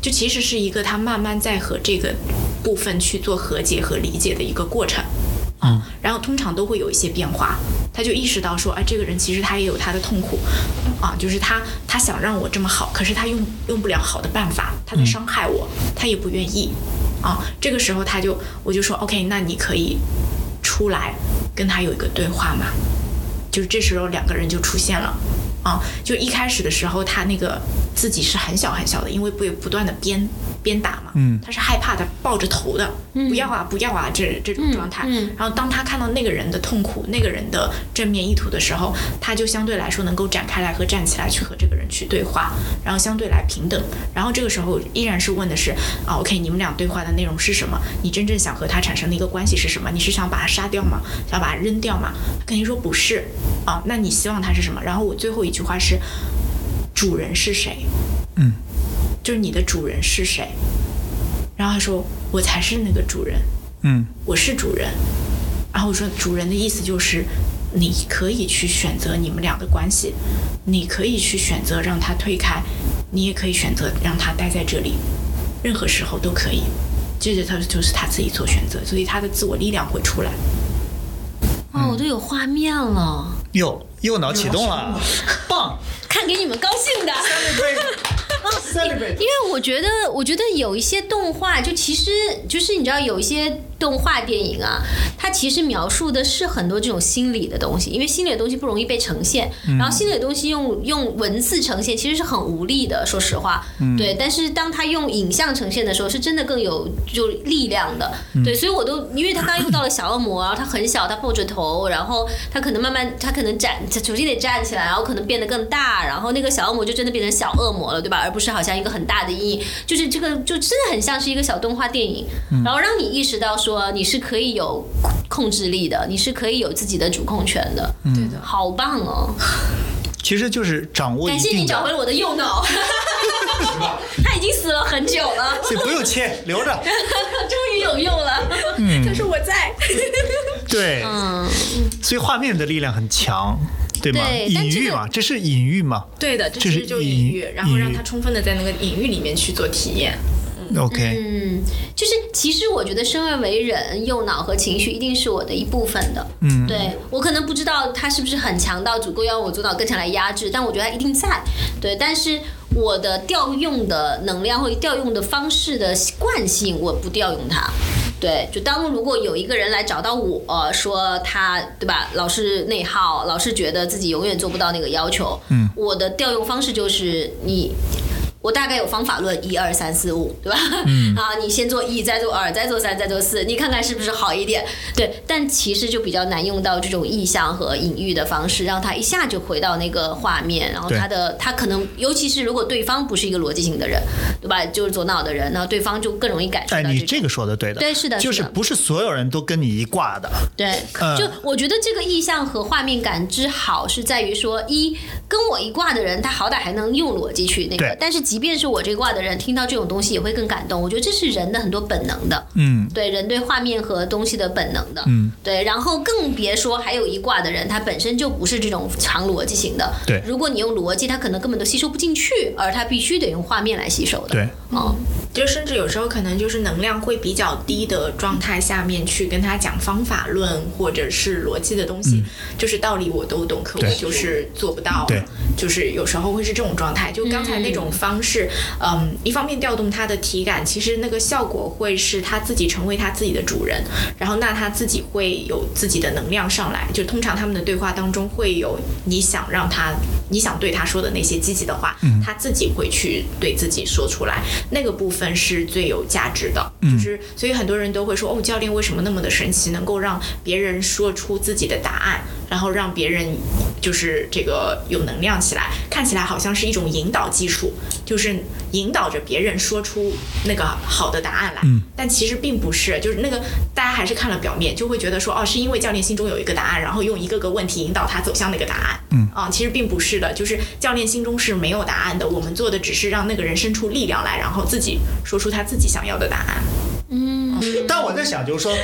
就其实是一个他慢慢在和这个部分去做和解和理解的一个过程。啊，然后通常都会有一些变化，他就意识到说，哎，这个人其实他也有他的痛苦，啊，就是他他想让我这么好，可是他用用不了好的办法，他在伤害我，他也不愿意，啊，这个时候他就我就说，OK，那你可以出来跟他有一个对话嘛，就是这时候两个人就出现了。啊，就一开始的时候，他那个自己是很小很小的，因为不不断的鞭鞭打嘛，
嗯
他是害怕的，抱着头的，不要啊不要啊这这种状态。
嗯
然后当他看到那个人的痛苦、那个人的正面意图的时候，他就相对来说能够展开来和站起来去和这个人去对话，然后相对来平等。然后这个时候依然是问的是啊，OK，你们俩对话的内容是什么？你真正想和他产生的一个关系是什么？你是想把他杀掉吗？想把他扔掉吗？他肯定说不是啊，那你希望他是什么？然后我最后一句话是，主人是谁？
嗯，
就是你的主人是谁？然后他说我才是那个主人。
嗯
我是主人。然后我说，主人的意思就是，你可以去选择你们俩的关系，你可以去选择让他推开，你也可以选择让他待在这里，任何时候都可以。这是他就是他自己做选择，所以他的自我力量会出来。
哇，我都有画面了，
右右脑启动了，棒
看给你们高兴的。
，celebrate，
因为我觉得，我觉得有一些动画，就其实就是你知道，有一些动画电影啊，它其实描述的是很多这种心理的东西，因为心理的东西不容易被呈现，然后心理的东西用用文字呈现其实是很无力的，说实话，对。但是当它用影像呈现的时候，是真的更有就力量的，对。所以我都因为他刚刚又到了小恶魔，然后他很小，他抱着头，然后他可能慢慢，他可能站，他首先得站起来，然后可能变得更大，然后那个小恶魔就真的变成小恶魔了，对吧？而不是好像一个很大的阴影，就是这个就真的很像是一个小动画电影，
嗯
然后让你意识到说你是可以有控制力的，你是可以有自己的主控权的，
对
嗯
的，
好棒哦！
其实就是掌握一
感谢你
定
找
的，
回了我的右脑， 他已经死了很久了，
这不用切，留着。
终于有用了。
嗯
他说我在，
对，
嗯，
所以画面的力量很强，对吗？
对但
隐
这
喻
个
嘛，这是隐喻嘛
对的，这
这
其
是
实就是隐
隐
喻，然后让
隐喻
他充分的在那个隐喻里面去做体验。
？OK，
嗯，就是其实我觉得生而为人，右脑和情绪一定是我的一部分的。
嗯
对我可能不知道它是不是很强到足够要我左脑更强来压制，但我觉得它一定在。对，但是我的调用的能量或者调用的方式的惯性，我不调用它。对，就当如果有一个人来找到我、呃说他对吧，老是内耗，老是觉得自己永远做不到那个要求，嗯，我的调用方式就是你我大概有方法论一二三四五，对吧？嗯 啊，你先做一，再做二，再做三，再做四，你看看是不是好一点？对，但其实就比较难用到这种意象和隐喻的方式，让他一下就回到那个画面，然后
对
他的他可能，尤其是如果对方不是一个逻辑性的人，对吧？就是左脑的人，然后对方就更容易感受
哎，
到
你
种
这个说的对的，
对是的
就是
是的
不是所有人都跟你一挂的，
对，
嗯
就我觉得这个意象和画面感之好是在于说，一跟我一挂的人，他好歹还能用逻辑去那个
对，
但是即便是我这挂的人，听到这种东西也会更感动。我觉得这是人的很多本能的，
嗯
对人对画面和东西的本能的，
嗯，
对，然后更别说还有一挂的人，他本身就不是这种长逻辑型的，
对
如果你用逻辑，他可能根本都吸收不进去，而他必须得用画面来吸收的，
对，
嗯，
就甚至有时候可能就是能量会比较低的状态下面去跟他讲方法论或者是逻辑的东西，就是道理我都懂，可
嗯对
我就是做不到
对。
就是有时候会是这种状态，就刚才那种方方式，嗯，一方面调动他的体感，其实那个效果会是他自己成为他自己的主人，然后那他自己会有自己的能量上来。就通常他们的对话当中会有你想让他，你想对他说的那些积极的话，他自己会去对自己说出来，那个部分是最有价值的。就是所以很多人都会说，哦，教练为什么那么的神奇，能够让别人说出自己的答案，然后让别人就是这个有能量起来，看起来好像是一种引导技术，就是引导着别人说出那个好的答案来。
嗯
但其实并不是，就是那个大家还是看了表面，就会觉得说，哦，是因为教练心中有一个答案，然后用一个个问题引导他走向那个答案。
嗯
啊，其实并不是的，就是教练心中是没有答案的，我们做的只是让那个人生出力量来，然后自己说出他自己想要的答案。
但我在想，就是说，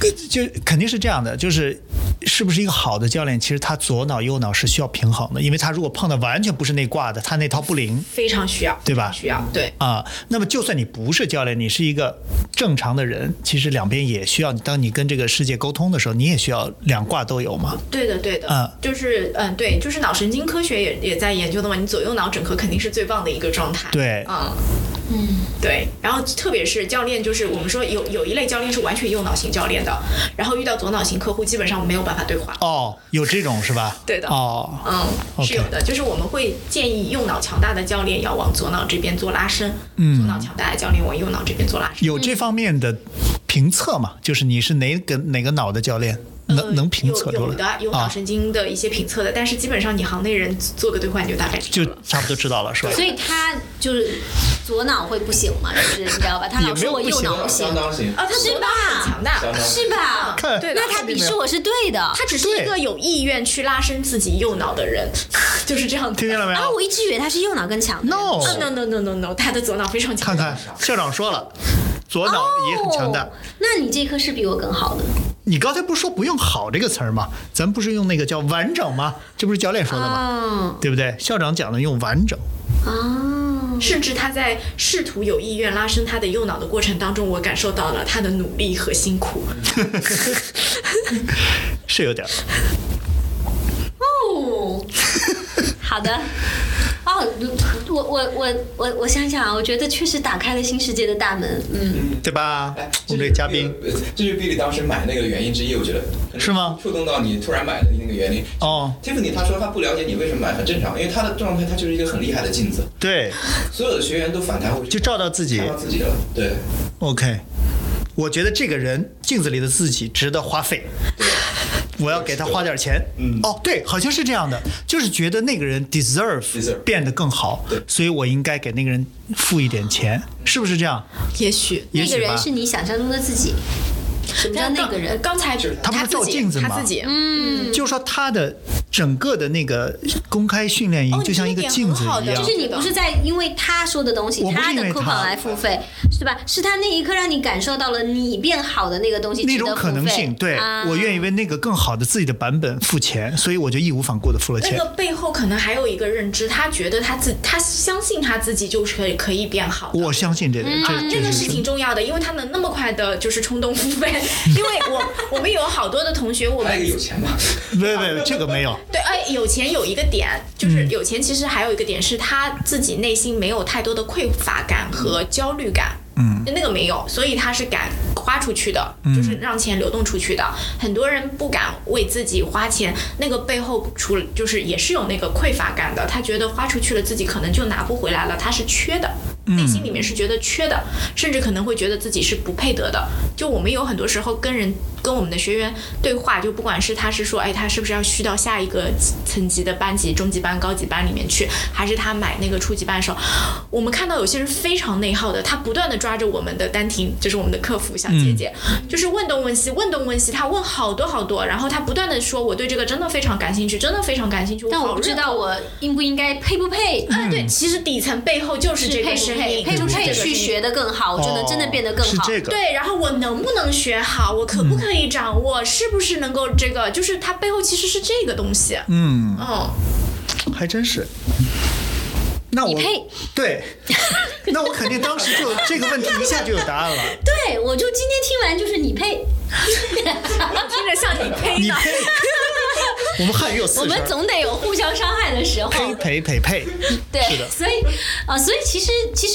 跟就肯定是这样的，就是是不是一个好的教练，其实他左脑右脑是需要平衡的，因为他如果碰的完全不是那挂的，他那套不灵
非常需要，
对吧
需要，对，
啊。那么就算你不是教练，你是一个正常的人，其实两边也需要。当你跟这个世界沟通的时候，你也需要两挂都有嘛。
对的，对的，
嗯
就是嗯，对，就是脑神经科学也也在研究的嘛，你左右脑整合肯定是最棒的一个状态，
对
嗯。对，然后特别是教练，就是我们说有有一类教练是完全右脑型教练的，然后遇到左脑型客户，基本上没有办法对话。
哦，有这种是吧？
对的
哦，
嗯，
OK
是有的，就是我们会建议右脑强大的教练要往左脑这边做拉伸，
嗯
左脑强大的教练往右脑这边做拉伸。
有这方面的评测嘛？就是你是哪个哪个脑的教练，能能评测
有
出
呃有的
来
有脑
啊？
神经的一些评测的，但是基本上你行内人做个对话你就大概知
就
道了。
差不多知道了，是吧？
所以他就是左脑会不行嘛，就是你知道吧？他
也
老
没
说
有
我
不
右
行
脑不行
相，当行，
哦
啊，他
是
左脑很强大，
相当
是吧？
看
对的
那他鄙视我是对的。
他只是一个有意愿去拉伸自己右脑的人， 就是这样子。
听见了没有
啊，我一直以为他是右脑更强的。
？No，
啊 no no no no no，他的左脑非常
看
强大。
看校长说了，左脑也很强大。
哦。那你这科是比我更好的
你刚才不是说不用“好”这个词儿吗？咱不是用那个叫完整吗？这不是教练说的吗？
啊
对不对？校长讲的用完整，
啊！
甚至他在试图有意愿拉伸他的右脑的过程当中，我感受到了他的努力和辛苦。
嗯是有点儿。
哦，好的。哦，我我我我我想想啊，我觉得确实打开了新世界的大门。嗯，
对吧
哎，？
我
这
们这
是
个嘉宾，
Bill- 呃这是 Billy 当时买那个的原因之一，我觉得可能
是吗
触动到你突然买的那个原因。
哦，
Tiffany 他说他不了解你为什么买，很正常，因为他的状态他就是一个很厉害的镜子，
对，
所有的学员都反弹回去，
就照到自己
看。到自己了。对，
OK，我觉得这个人镜子里的自己值得花 费，我要给他花点钱。
嗯
哦，对，好像是这样的，就是觉得那个人 deserve
Deserve
变得更好
对，
所以我应该给那个人付一点钱，是不是这样？
也许
也
那个
许吧
人。是你想象中的自己。什么叫那个人？
刚才
就是
他不是
自己
照镜子吗
他自己。
嗯
就是说他的整个的那个公开训练营
哦
就像一个镜子一
你这个
样
点很
就
好，
是你不是在因为他说的东西
我，不是因
的
为
扣
他
款来付费，是吧？是他那一刻让你感受到了你变好的那个东西，
那
值
种
得付
可能
费
性，对
啊、
我愿意为那个更好的自己的版本付钱，所以我就义无反顾的付了
那
钱
个。背后可能还有一个认知，他觉得他自他相信他自己就是可以可以变好的。
我相信这
嗯
个，
啊，
这
这个
这
是
是
挺重要的，因为他能那么快的，就是冲动付费。 因为我我们有好多的同学，我
还哎有一
们
个有钱嘛，
没有没有这个没有，
对，哎，有钱有一个点，就是有钱其实还有一个点是他自己内心没有太多的匮乏感和焦虑感。
嗯，
那个没有，所以他是敢花出去的，
嗯
就是让钱流动出去的。很多人不敢为自己花钱，那个背后除了就是也是有那个匮乏感的，他觉得花出去了自己可能就拿不回来了，他是缺的。内心里面是觉得缺的，甚至可能会觉得自己是不配得的。就我们有很多时候跟人跟我们的学员对话，就不管是他是说，哎，他是不是要续到下一个层级的班级，中级班、高级班里面去，还是他买那个初级班的时候，我们看到有些人非常内耗的，他不断的抓着我们的丹婷，就是我们的客服小姐姐，就是问东问西，问东问西，他问好多好多，然后他不断的说，我对这个真的非常感兴趣，真的非常感兴趣，
但
好
我不知
认
道我应不应该配不配，
啊，对，其实底层背后就是这个
配不
声
配，
音，
配不
就是
配
这个
去
声音
学的更好，我就能真的变得更
哦是
好。
这个，
对，然后我能不能学好，我可不可以掌握，是不是能够这个，就是它背后其实是这个东西。
嗯，
嗯，
还真是。那我
你配
对， 那我肯定当时就这个问题一下就有答案了。
对，我就今天听完就是你配，
听着像你
你
呸 呢，
配，我们汉语有四
我
声
们
儿，
总得有互相伤害的时候。
呸呸呸呸，
对，
是的
所以啊、呃所以其实其实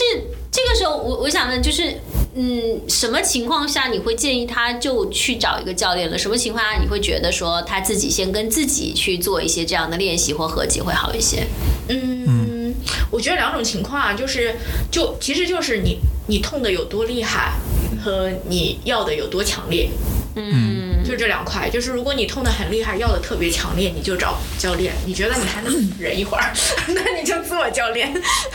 这个时候我，我想问，就是嗯，什么情况下你会建议他就去找一个教练了？什么情况下你会觉得说他自己先跟自己去做一些这样的练习或合集会好一些？
嗯，我觉得两种情况啊，就是就其实就是你你痛的有多厉害和你要的有多强烈，
嗯
就这两块。就是如果你痛的很厉害，要的特别强烈，你就找教练。你觉得你还能忍一会儿， 那你就自我教练。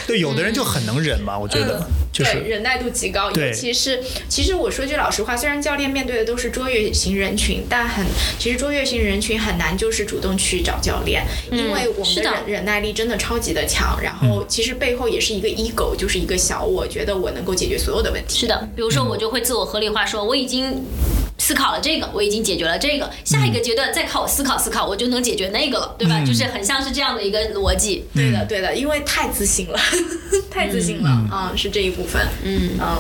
对，有的人就很能忍嘛，我觉
嗯
得就
对，
是
忍耐度极高，
对
尤其是其实我说句老实话，虽然教练面对的都是卓越型人群，但很其实卓越型人群很难就是主动去找教练，因为我们
嗯是
的
的
忍忍耐力真的超级的强，然
嗯
后其实背后也是一个 ego，就是一个小我觉得我能够解决所有的问题。
是的，比如说我就会自我合理化说，我已经。思考了这个，我已经解决了这个，下一个阶段再靠我思考思考，我就能解决那个了，对吧？就是很像是这样的一个逻辑。
对的，对的，因为太自信了， 太自信了，嗯，是这一部分，嗯嗯。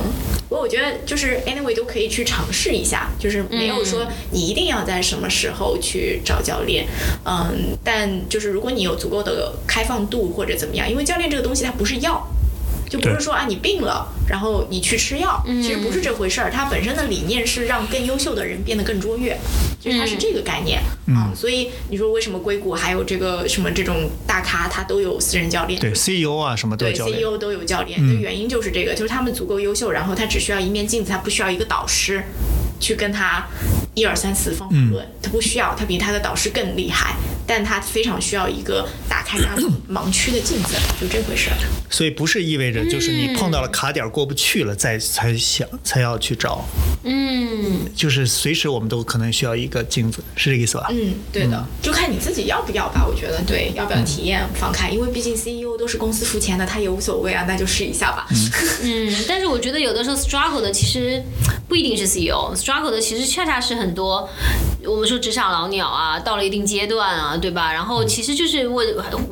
不过我觉得就是 anyway 都可以去尝试一下，就是没有说你一定要在什么时候去找教练，嗯，但就是如果你有足够的开放度或者怎么样，因为教练这个东西它不是药，就不
对
是说啊你病了，然后你去吃药，其实不是这回事儿。它本身的理念是让更优秀的人变得更卓越，就是它是这个概念。嗯，所以你说为什么硅谷还有这个什么这种大咖，他都有私人教练？
对 CEO 啊什么都有
对
E
教练，
CEO 都有教练，的原因就是这个，就是他们足够优秀，然后他只需要一面镜子，他不需要一个导师去跟他一二三四方法论，他不需要，他比他的导师更厉害，但他非常需要一个打开他盲区的镜子，就这回事儿。
所以不是意味着就是
嗯
你碰到了卡点儿过不去了，再才想才要去找，
嗯，
就是随时我们都可能需要一个镜子，是这个意思吧？
嗯，对的，就看你自己要不要吧。我觉得对，要不要体验放开，因为毕竟 CEO 都是公司付钱的，他也无所谓啊，那就试一下吧。
嗯，但是我觉得有的时候 struggle 的其实不一定是 CEO，struggle 的其实恰恰是很多我们说职场老鸟啊，到了一定阶段啊，对吧？然后其实就是我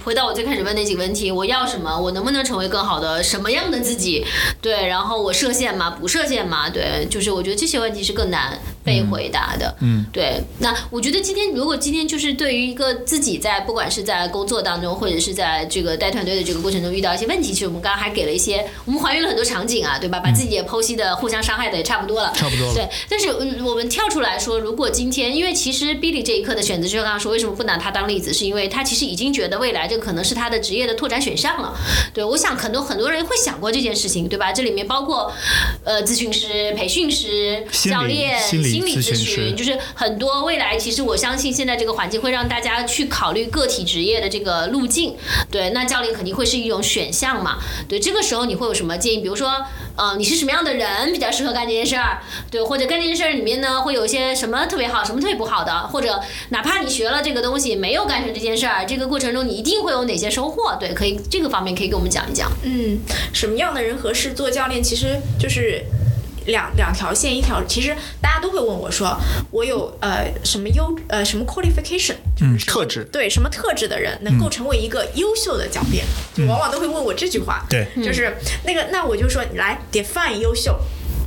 回到我最开始问那几个问题，我要什么？我能不能成为更好的什么样的自己？对，然后我设限吗？不设限吗？对，就是我觉得这些问题是更难被回答的。
嗯，
对。那我觉得今天如果今天就是对于一个自己在不管是在工作当中，或者是在这个带团队的这个过程中遇到一些问题，其实我们刚刚还给了一些，我们还原了很多场景啊，对吧？把自己也剖析的互相伤害的也差不多了。
差不多了。
对，但是嗯我们跳出来说，如果今天，因为其实 Billy 这一刻的选择，就像刚刚说，为什么不拿他当例子，是因为他其实已经觉得未来这个可能是他的职业的拓展选项了。对，我想很多很多人会想过这件事情，对吧？这里面包括呃咨询师、培训师、
心理
教练、
心理咨
理
询
咨
师
就是很多未来，其实我相信现在这个环境会让大家去考虑个体职业的这个路径。对，那教练肯定会是一种选项嘛。对，这个时候你会有什么建议？比如说，呃，你是什么样的人比较适合干这件事儿？对，或者干这件事儿里面呢，会有一些什么特别好，什么特别不好的，或者哪怕你学了这个东西没有干成这件事儿，这个过程中你一定会有哪些收获？对，可以这个方面可以给我们讲一讲。
嗯，什么样的人合适做教练，其实就是。两两条线，一条其实大家都会问我说，我有呃什么优呃什么 qualification，
嗯，特质。
对什么特质的人
嗯
能够成为一个优秀的教练，就往往都会问我这句话。
对
就是那个，那我就说你来 define 优秀。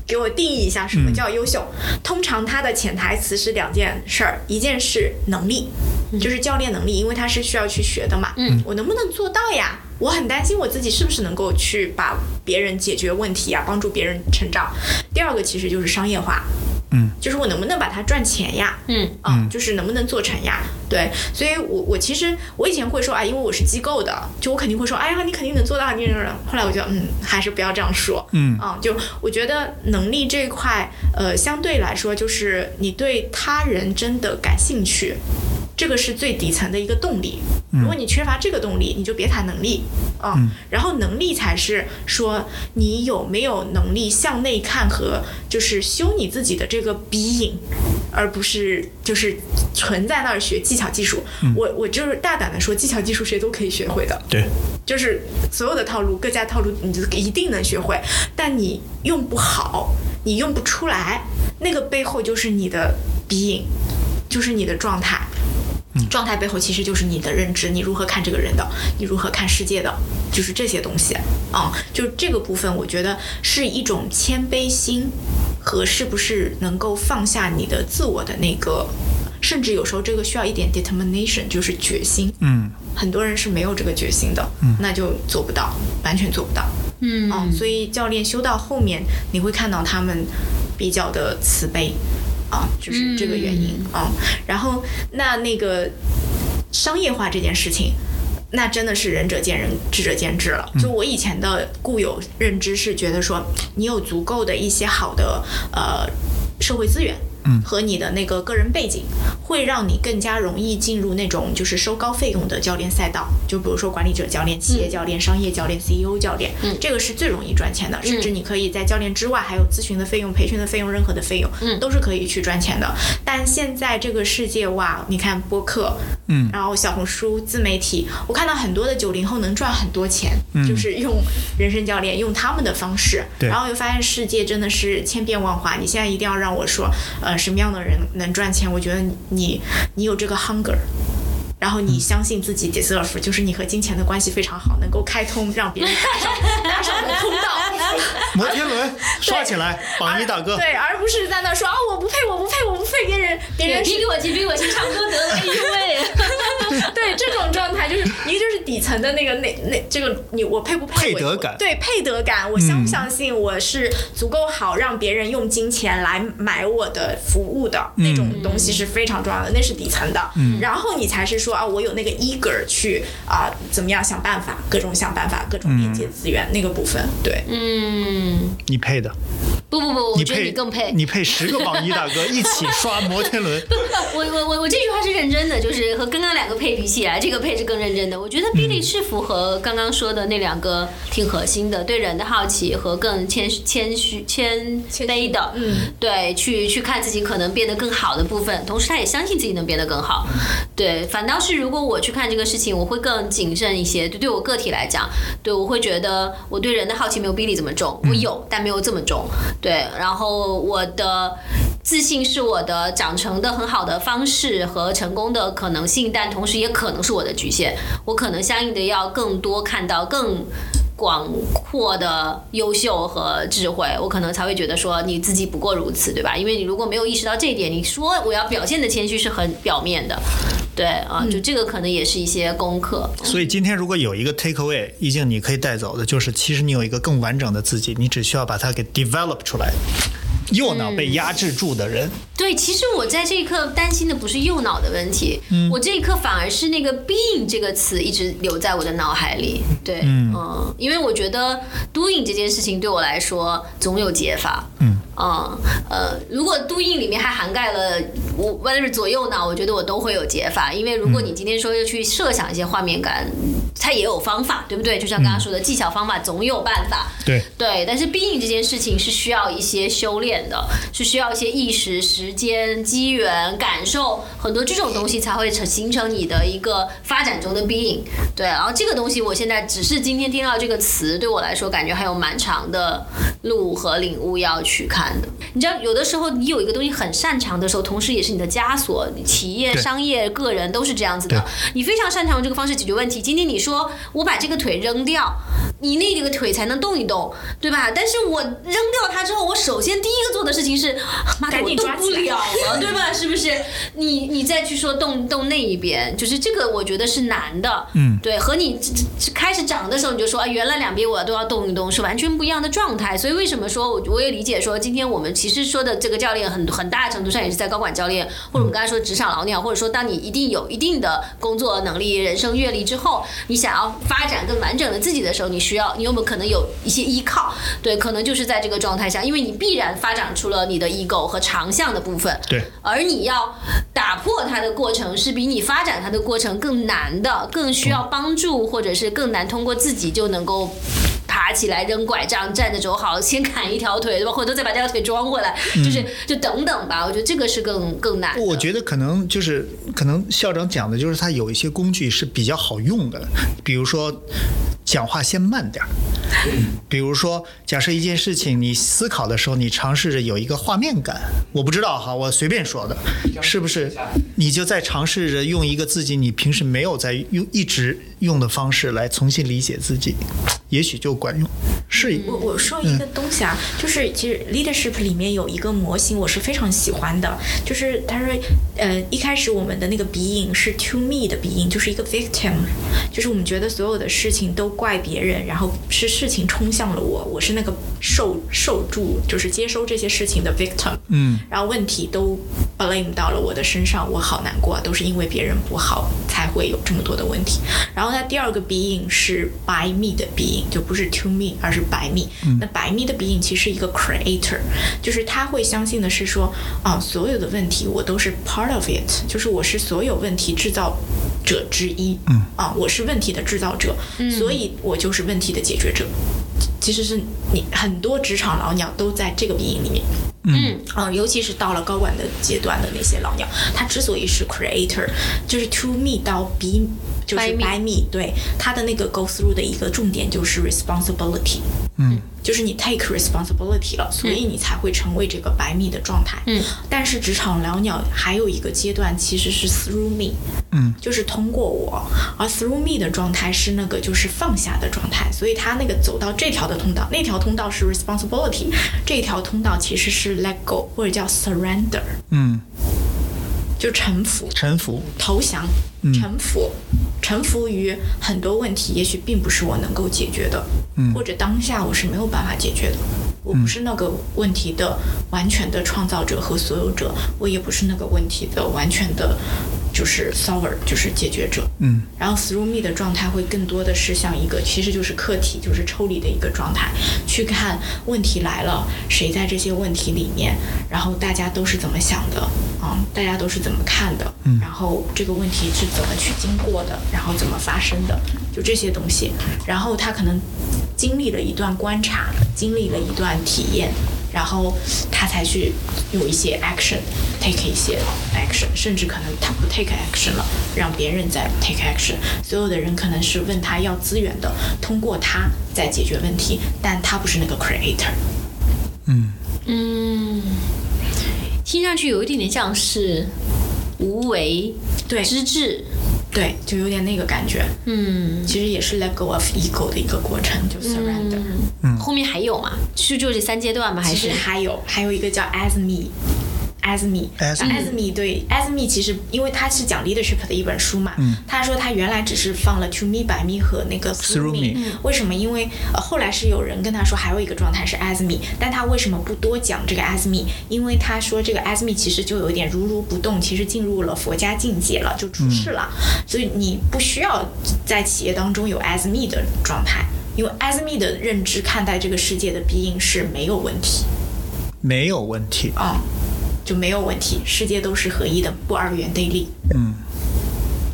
给我定义一下
嗯
什么叫优秀。通常它的潜台词是两件事儿，一件是能力，就是教练能力，因为它是需要去学的嘛。嗯，我能不能做到呀？我很担心我自己是不是能够去把别人解决问题啊，帮助别人成长。第二个其实就是商业化，
嗯，
就是我能不能把它赚钱呀？
嗯
啊，就是能不能做成呀？对，所以我我其实我以前会说啊，因为我是机构的，就我肯定会说，哎呀，你肯定能做到，你能能。后来我就嗯，还是不要这样说，
嗯
啊，就我觉得能力这一块，呃，相对来说就是你对他人真的感兴趣，这个是最底层的一个动力。如果你缺乏这个动力，你就别谈能力啊。然后能力才是说你有没有能力向内看和就是修你自己的这个鼻影，而不是就是纯在那儿学技巧技术。我我就是大胆的说，技巧技术谁都可以学会的。
对，
就是所有的套路，各家套路你就一定能学会，但你用不好，你用不出来，那个背后就是你的鼻影，就是你的状态。状态背后其实就是你的认知，你如何看这个人的，你如何看世界的，就是这些东西啊、就这个部分，我觉得是一种谦卑心和是不是能够放下你的自我的那个甚至有时候这个需要一点 determination，就是决心。
嗯，
很多人是没有这个决心的，那就做不到，完全做不到。
嗯
嗯，所以教练修到后面，你会看到他们比较的慈悲，啊，就是这个原因啊。然后那那个商业化这件事情。那真的是仁者见仁，智者见智了。就我以前的固有认知是觉得说，你有足够的一些好的呃社会资源，
嗯
和你的那个个人背景，会让你更加容易进入那种就是收高费用的教练赛道。就比如说管理者教练、企业教练、商业教练、CEO 教练，
嗯
这个是最容易赚钱的。甚至你可以在教练之外，还有咨询的费用、培训的费用，任何的费用，
嗯
都是可以去赚钱的。但现在这个世界哇，你看播客，
嗯
然后小红书、自媒体，我看到很多的九零后能赚很多钱，
嗯
就是用人生教练，用他们的方式，
对
然后又发现世界真的是千变万化。你现在一定要让我说，呃，什么样的人能赚钱？我觉得你你有这个 hunger。然后你相信自己 deserve，就是你和金钱的关系非常好，能够开通让别人搭上搭上的通道。
摩天 轮刷起来，榜一大 哥，
对，而不是在那说啊、我不配，我不配，我不配，别人别
对
人是
别给我钱，别给我钱，差不多得了，哎呦喂！
对这种状态，就是一个就是底层的那个那那这个你我配不
配
配我
得感嗯
对配得感，我相不相信我是足够好，让别人用金钱来买我的服务的、那种
嗯
东西是非常重要的，那是底层的。然后你才是说啊，我有那个 eager 去啊、怎么样想办法，各种想办法，各
嗯
种连接资源、那个部分，对。
嗯，
你配的，
不不不，我觉得
配
你更配。
你配十个榜一大 哥一起刷摩天轮，
我我我我这句话是认真的，就是和刚刚两个配比起来，这个配是更认真的。我觉得 Billy 是符合刚刚说的那两个挺核心的，对人的好奇和更谦谦虚谦卑的，
嗯，
对，去去看自己可能变得更好的部分，同时他也相信自己能变得更好。对，反倒是如果我去看这个事情，我会更谨慎一些。对，对我个体来讲，对我会觉得我对人的好奇没有 Billy 这么重，我有，但没有这么重。对，然后我的自信是我的长成的很好的方式和成功的可能性，但同时也可能是我的局限。我可能相应的要更多看到更。广阔的优秀和智慧，我可能才会觉得说你自己不过如此，对吧？因为你如果没有意识到这一点，你说我要表现的谦虚是很表面的，对啊，就这个可能也是一些功课。
所以今天如果有一个 take away，意境你可以带走的就是，其实你有一个更完整的自己，你只需要把它给 develop 出来。右脑
嗯
被压制住的人，
对，其实我在这一刻担心的不是右脑的问题，我这一刻反而是那个 “being” 这个词一直留在我的脑海里。对，嗯因为我觉得 doing 这件事情对我来说总有解法。
嗯
嗯呃，如果 doing 里面还涵盖了我 whatever 左右脑，我觉得我都会有解法。因为如果你今天说要去设想一些画面感，它也有方法，对不对？就像刚刚说的技巧方法，总有办法。
对，
对，但是 being 这件事情是需要一些修炼的，是需要一些意识、时间、机缘、感受，很多这种东西才会成形成你的一个发展中的 being。对，然后这个东西我现在只是今天听到这个词，对我来说感觉还有蛮长的路和领悟要去看的。你知道，有的时候你有一个东西很擅长的时候，同时也是你的枷锁。企业、
对
商业、个人都是这样子
对
的。你非常擅长用这个方式解决问题。今天你说我把这个腿扔掉，你那个腿才能动一动，对吧？但是我扔掉它之后，我首先第一个做的事情是，妈的，
赶
我
紧
动
抓
不
起来
了了，对吧？是不是？你你再去说动动那一边，就是这个，我觉得是难的。
嗯
对，和你这这开始长的时候你就说啊，原来两边我都要动一动，是完全不一样的状态。所以为什么说我我也理解说，今天我们其实说的这个教练很很大程度上也是在高管教练，或者我们刚才说职场老鸟，或者说当你一定有一定的工作能力、人生阅历之后，你想要发展更完整的自己的时候，你需要你有没有可能有一些依靠？对，可能就是在这个状态下，因为你必然发展出了你的 ego 和长项的部分。
对，
而你要打破它的过程是比你发展它的过程更难的，更需要帮助，或者是更难通过自己就能够。爬起来扔拐杖，站着走好，先砍一条腿，对吧？回头再把这条腿装回来，就是就等等吧。我觉得这个是更更难的。
嗯我觉得可能就是可能校长讲的就是他有一些工具是比较好用的，比如说讲话先慢点儿，比如说假设一件事情你思考的时候，你尝试着有一个画面感，我不知道哈，我随便说的，是不是？你就在尝试着用一个自己你平时没有在用一直用的方式来重新理解自己，也许就管用。是一，
我我说一个东西啊，就是其实 leadership 里面有一个模型，我是非常喜欢的，就是他说，呃，一开始我们的那个鼻影是 to me 的鼻影，就是一个 victim，就是我们觉得所有的事情都怪别人，然后是事情冲向了我，我是那个受受助，就是接收这些事情的 victim，
嗯，
然后问题都 blame 到了我的身上，我好难过啊，都是因为别人不好才会有这么多的问题。然后它第二个鼻影是 by me 的鼻影，就不是 to me，而是 by me。那 by me 的鼻影其实是一个 creator，就是他会相信的是说，啊，所有的问题我都是 part of it，就是我是所有问题制造。者之一，嗯啊，我是问题的制造者，所以我就是问题的解决者。其实是你很多职场老鸟都在这个鼻影里面，
嗯
嗯，尤其是到了高管的阶段的那些老鸟，他之所以是 creator，就是 to me 到 be 就是
By me
by me，对他的那个 go through 的一个重点就是 responsibility。
嗯，
就是你 take responsibility 了，所以你才会成为这个 by me 的状态。
嗯，
但是职场老鸟还有一个阶段其实是 through me，
嗯，
就是通过我，而 through me 的状态是那个就是放下的状态，所以他那个走到这条的通道，那条通道是 responsibility，这条通道其实是 let go 或者叫 surrender，
嗯，
就臣服、
臣服，
投降、臣服，臣服于很多问题，也许并不是我能够解决的，或者当下我是没有办法解决的。我不是那个问题的完全的创造者和所有者，我也不是那个问题的完全的，就是 solver，就是解决者。
嗯，
然后 through me 的状态会更多的是像一个，其实就是客体，就是抽离的一个状态，去看问题来了，谁在这些问题里面，然后大家都是怎么想的，啊、大家都是怎么看的，然后这个问题是怎么去经过的，然后怎么发生的，就这些东西。然后他可能经历了一段观察，经历了一段体验，然后他才去有一些 action，take 一些 action，甚至可能他不 take action 了，让别人再 take action。所有的人可能是问他要资源的，通过他在解决问题，但他不是那个 creator。
嗯，听上去有一点点像是无为
对
之治，
对，就有点那个感觉。
嗯。
其实也是 let go of ego 的一个过程，就 surrender。
后面还有吗？是就这三阶段吗？还
其
是
实还有还有一个叫 as me。As me, 啊
As me
as me，对，As me，其实因为他是讲 leadership 的一本书嘛，
嗯
他说他原来只是放了 to me, by me 和那个
Through
through
me
me，为嗯什么？因为呃后来是有人跟他说还有一个状态是 as me，但 E，他为什么不多讲这个 as me？因 E？为他说这个 as me E 其实就有点如如不动，其实进入了佛家境界了，就出世了，所以你不需要在企业当中有 as me E 的状态，因为 as me E 的认知看待这个世界的 being 是没有问题
没有问题。
啊、就没有问题，世界都是合一的，不二元对立。
嗯，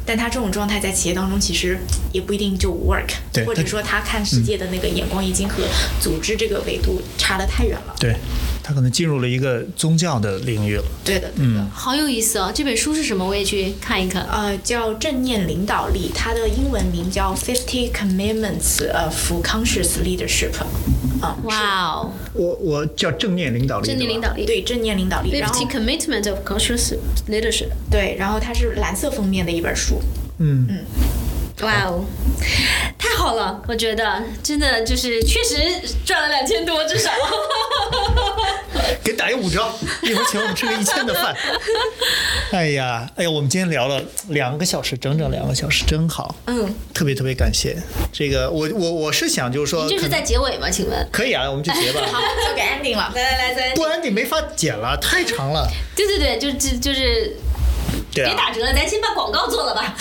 但他这种状态在企业当中其实也不一定就 work，
对
或者说他看世界的那个眼光已经和组织这个维度差得太远了。
对，他可能进入了一个宗教的领域了。
对的，对的。
嗯
好有意思哦！这本书是什么？我也去看一看。
呃，叫正念领导力，它的英文名叫 Fifty Commitments of Conscious Leadership，啊、
哇哦，
我我叫正念领导力，
正念领导力。
对正念领导力，然后
Fifty commitment of conscious leadership。
对，然后它是蓝色封面的一本书，
哇哦，太好了！我觉得真的就是确实赚了两千多至 少。
给打一五 折，一会儿请我们吃个一千的饭。哎呀，哎呀，我们今天聊了两个小时，整整两个小时，真好，
嗯，
特别特别感谢。这个我我我是想就是说，
这
可
是在结尾吗？请问？
可以啊，我们就结 吧。
好，就给 ending 了，
来来来，咱
不然你没法剪了，太长了。
对对对，就就就是
对
别
啊，
打折了，咱先把广告做了吧。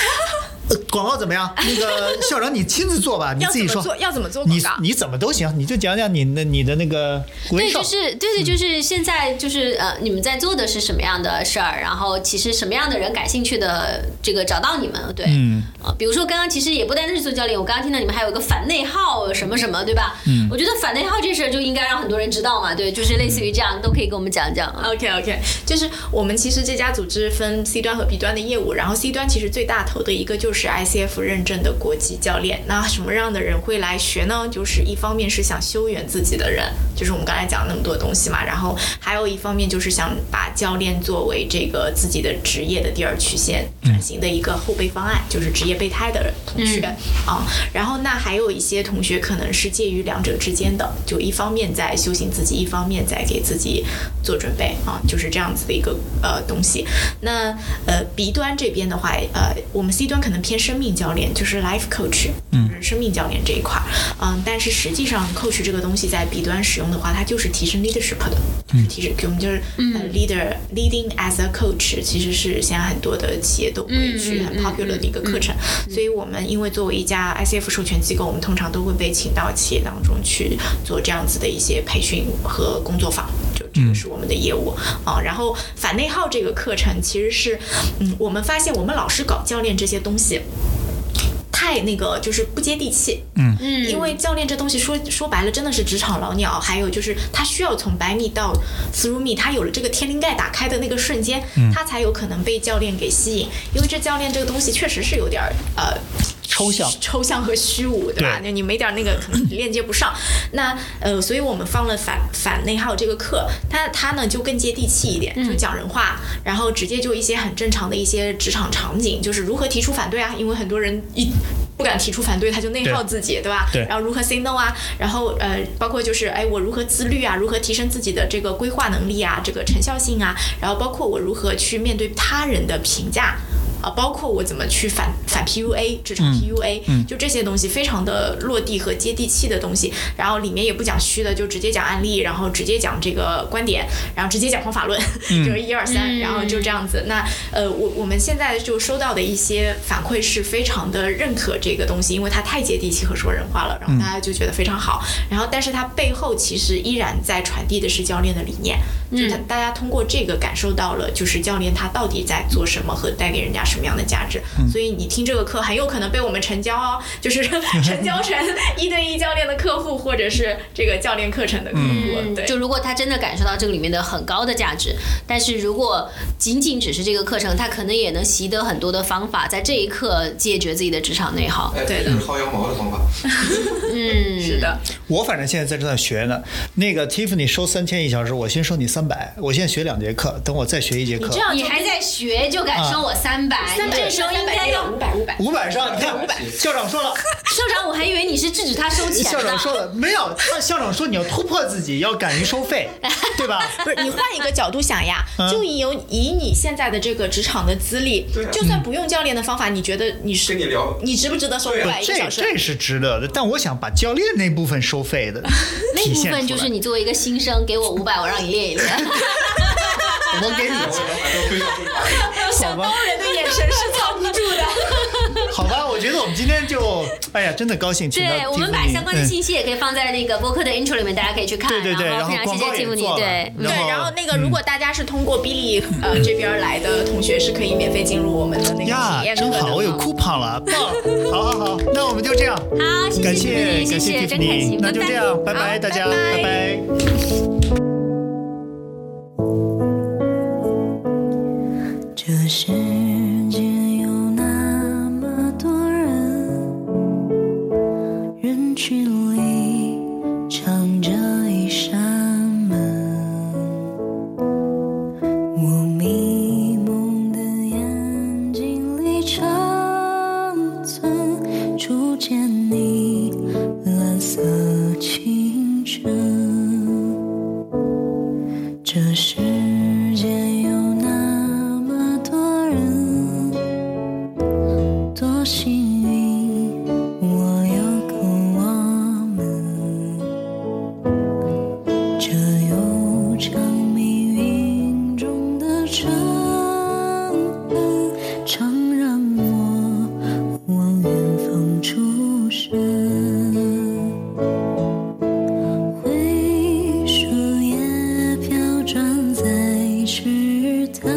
呃广告怎么样？那 个校长你亲自做吧，你
要
自己
怎么
说
做？。要怎么做
你
广告？
你怎么都行，你就讲讲你的你的那个回
对，
首
就。是对对，就是现在就是呃，你们在做的是什么样的事儿？然后其实什么样的人感兴趣的，这个找到你们，对，
嗯
呃，比如说刚刚其实也不单单是做教练，我刚刚听到你们还有一个反内耗什么什么，对吧？嗯，我觉得反内耗这事儿就应该让很多人知道嘛，对，就是类似于这样，都可以给我们讲讲啊。
OK OK，就是我们其实这家组织分 C 端和 B 端的业务，然后 C 端其实最大头的一个就是是 ICF 认证的国际教练。那什么样的人会来学呢？就是一方面是想修远自己的人，就是我们刚才讲那么多东西嘛。然后还有一方面就是想把教练作为这个自己的职业的第二曲线转型的一个后备方案，就是职业备胎的同学啊。然后那还有一些同学可能是介于两者之间的，就一方面在修行自己，一方面在给自己做准备啊，就是这样子的一个呃东西。那呃 B 端这边的话，呃，我们 C 端可能偏生命教练，就是 life coach，嗯，生命教练这一块儿，嗯，但是实际上 coach 这个东西在 B 端使用的话，它就是提升 leadership 的，就是提升，我们就是、呃 leader leading as a coach，其实是现在很多的企业都会去很 popular 的一个课程，所以我们因为作为一家 ICF 授权机构，我们通常都会被请到企业当中去做这样子的一些培训和工作坊，就这个是我们的业务啊、然后反内耗这个课程其实是，嗯，我们发现我们老是搞教练这些东西。太那个就是不接地气，嗯嗯，因为教练这东西说说白了真的是职场老鸟，还有就是他需要从百米到 through me，他有了这个天灵盖打开的那个瞬间，
嗯
他才有可能被教练给吸引，因为这教练这个东西确实是有点儿呃
抽象
抽象和虚无，对吧？
对
那你没点儿那个可能你链接 不上。那呃，所以我们放了反反内耗这个课，它它呢就更接地气一点，
嗯
就讲人话，然后直接就一些很正常的一些职场场景，就是如何提出反对啊，因为很多人一。不敢提出反对，他就内耗
对
自己，对吧？
对
然后如何 say no 啊，然后呃，包括就是哎，我如何自律啊，如何提升自己的这个规划能力啊，这个成效性啊，然后包括我如何去面对他人的评价。啊，包括我怎么去反反 PUA，职场 PUA，、就这些东西非常的落地和接地气的东西。然后里面也不讲虚的，就直接讲案例，然后直接讲这个观点，然后直接讲方法论， 就是一二三，然后就这样子。那呃，我我们现在就收到的一些反馈是非常的认可这个东西，因为它太接地气和说人话了，然后大家就觉得非常好。然后，但是它背后其实依然在传递的是教练的理念，就是他大家通过这个感受到了，就是教练他到底在做什么和带给人家什么样的价值。所以你听这个课很有可能被我们成交哦， 就是成交成一对一教练的客户，或者是这个教练课程的客户。嗯对，
嗯就如果他真的感受到这个里面的很高的价值，但是如果仅仅只是这个课程，他可能也能习得很多的方法，在这一刻解决自己的职场内耗。
哎，
对
这
的
就是薅羊毛的 方法。
嗯，
是的。
我反正现在在这段学呢。那个 Tiffany 收三千一小时，我先收你三百。我现在学两节课，等我再学一节课
你这，样
你
就
还在学就敢
啊
收我三百、
三
你
百
这时候应该要
五百五百。
五百上。你看
500，
校长说了，
校长，我还以为你是制止他收钱
校长说
的。
了没有？他校长说你要突破自己，要敢于收 费，对吧？
不 是你换一个角度想呀，
嗯
就以有以你现在的这个职场的资历
对啊，
就算不用教练的方法，你觉得你
跟
是
你聊，
你值不值得收五
对啊
百一个
这
小时？
这是值得的，但我想把教练那部分收费的
那
体
部
现
分
出
就是
来
你作为一个新生，给我五百，我让你练一 练。
我给你
我老板都推销出去。
好吧，
人 的眼神是藏不住的。
好吧，我觉得我们今天就，哎呀，真的高兴请到
对，我们把
Tiffany，
相关的
嗯
信息也可以放在那个播客的 intro 里面，大家可以去看。
对对对，然
非常谢
广
谢
告也
Tiffany，
做了，
对，嗯
对，然后
那
那个，如果大家是通过 Billy 呃这边来的同学，是可以免费进入我们的那个
呀
体，验课
真
的。
好，我有 coupon 了，棒，好好好，那我们就这样，
好，谢
感
谢
谢
Tiffany，谢
感谢
谢，真开
Tiffany，
心，
那就
拜
这样，拜拜大家，拜拜。
这世界有那么多人，人群里藏着一扇门。我迷蒙的眼睛里长存初见你蓝色清晨。这世界有那么多人，多幸运，我有个我们。这悠长命运中的成分，常让我望远方出神。灰树叶飘转在池塘，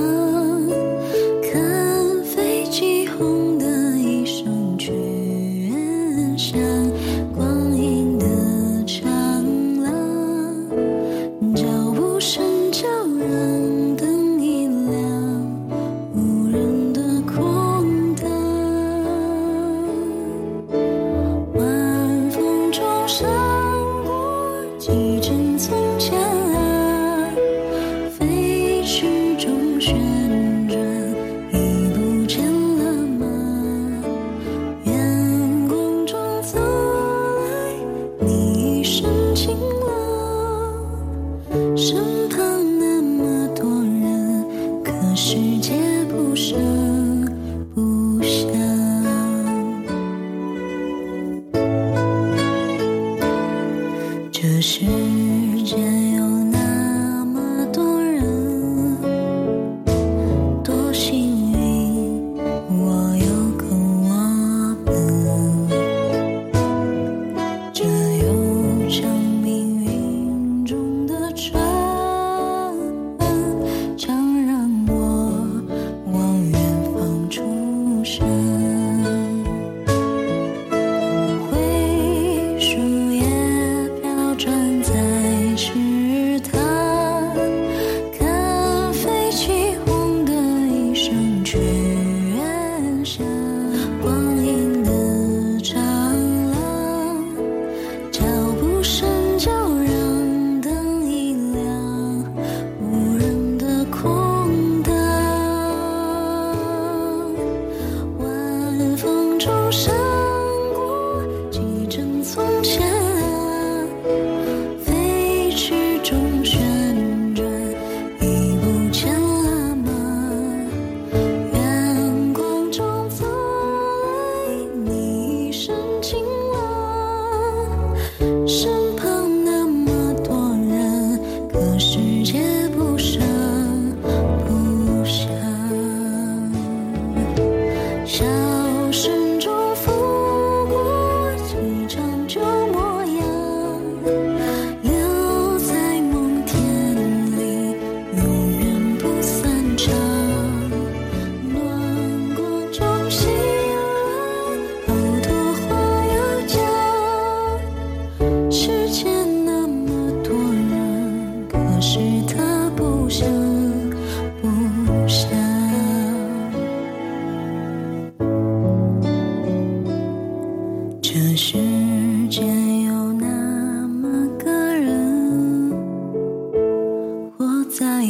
看飞机轰的一声去远乡，光阴的长廊，脚步声叫嚷，灯一亮，无人的空荡。啊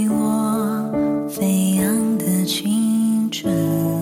我飞扬的青春。啊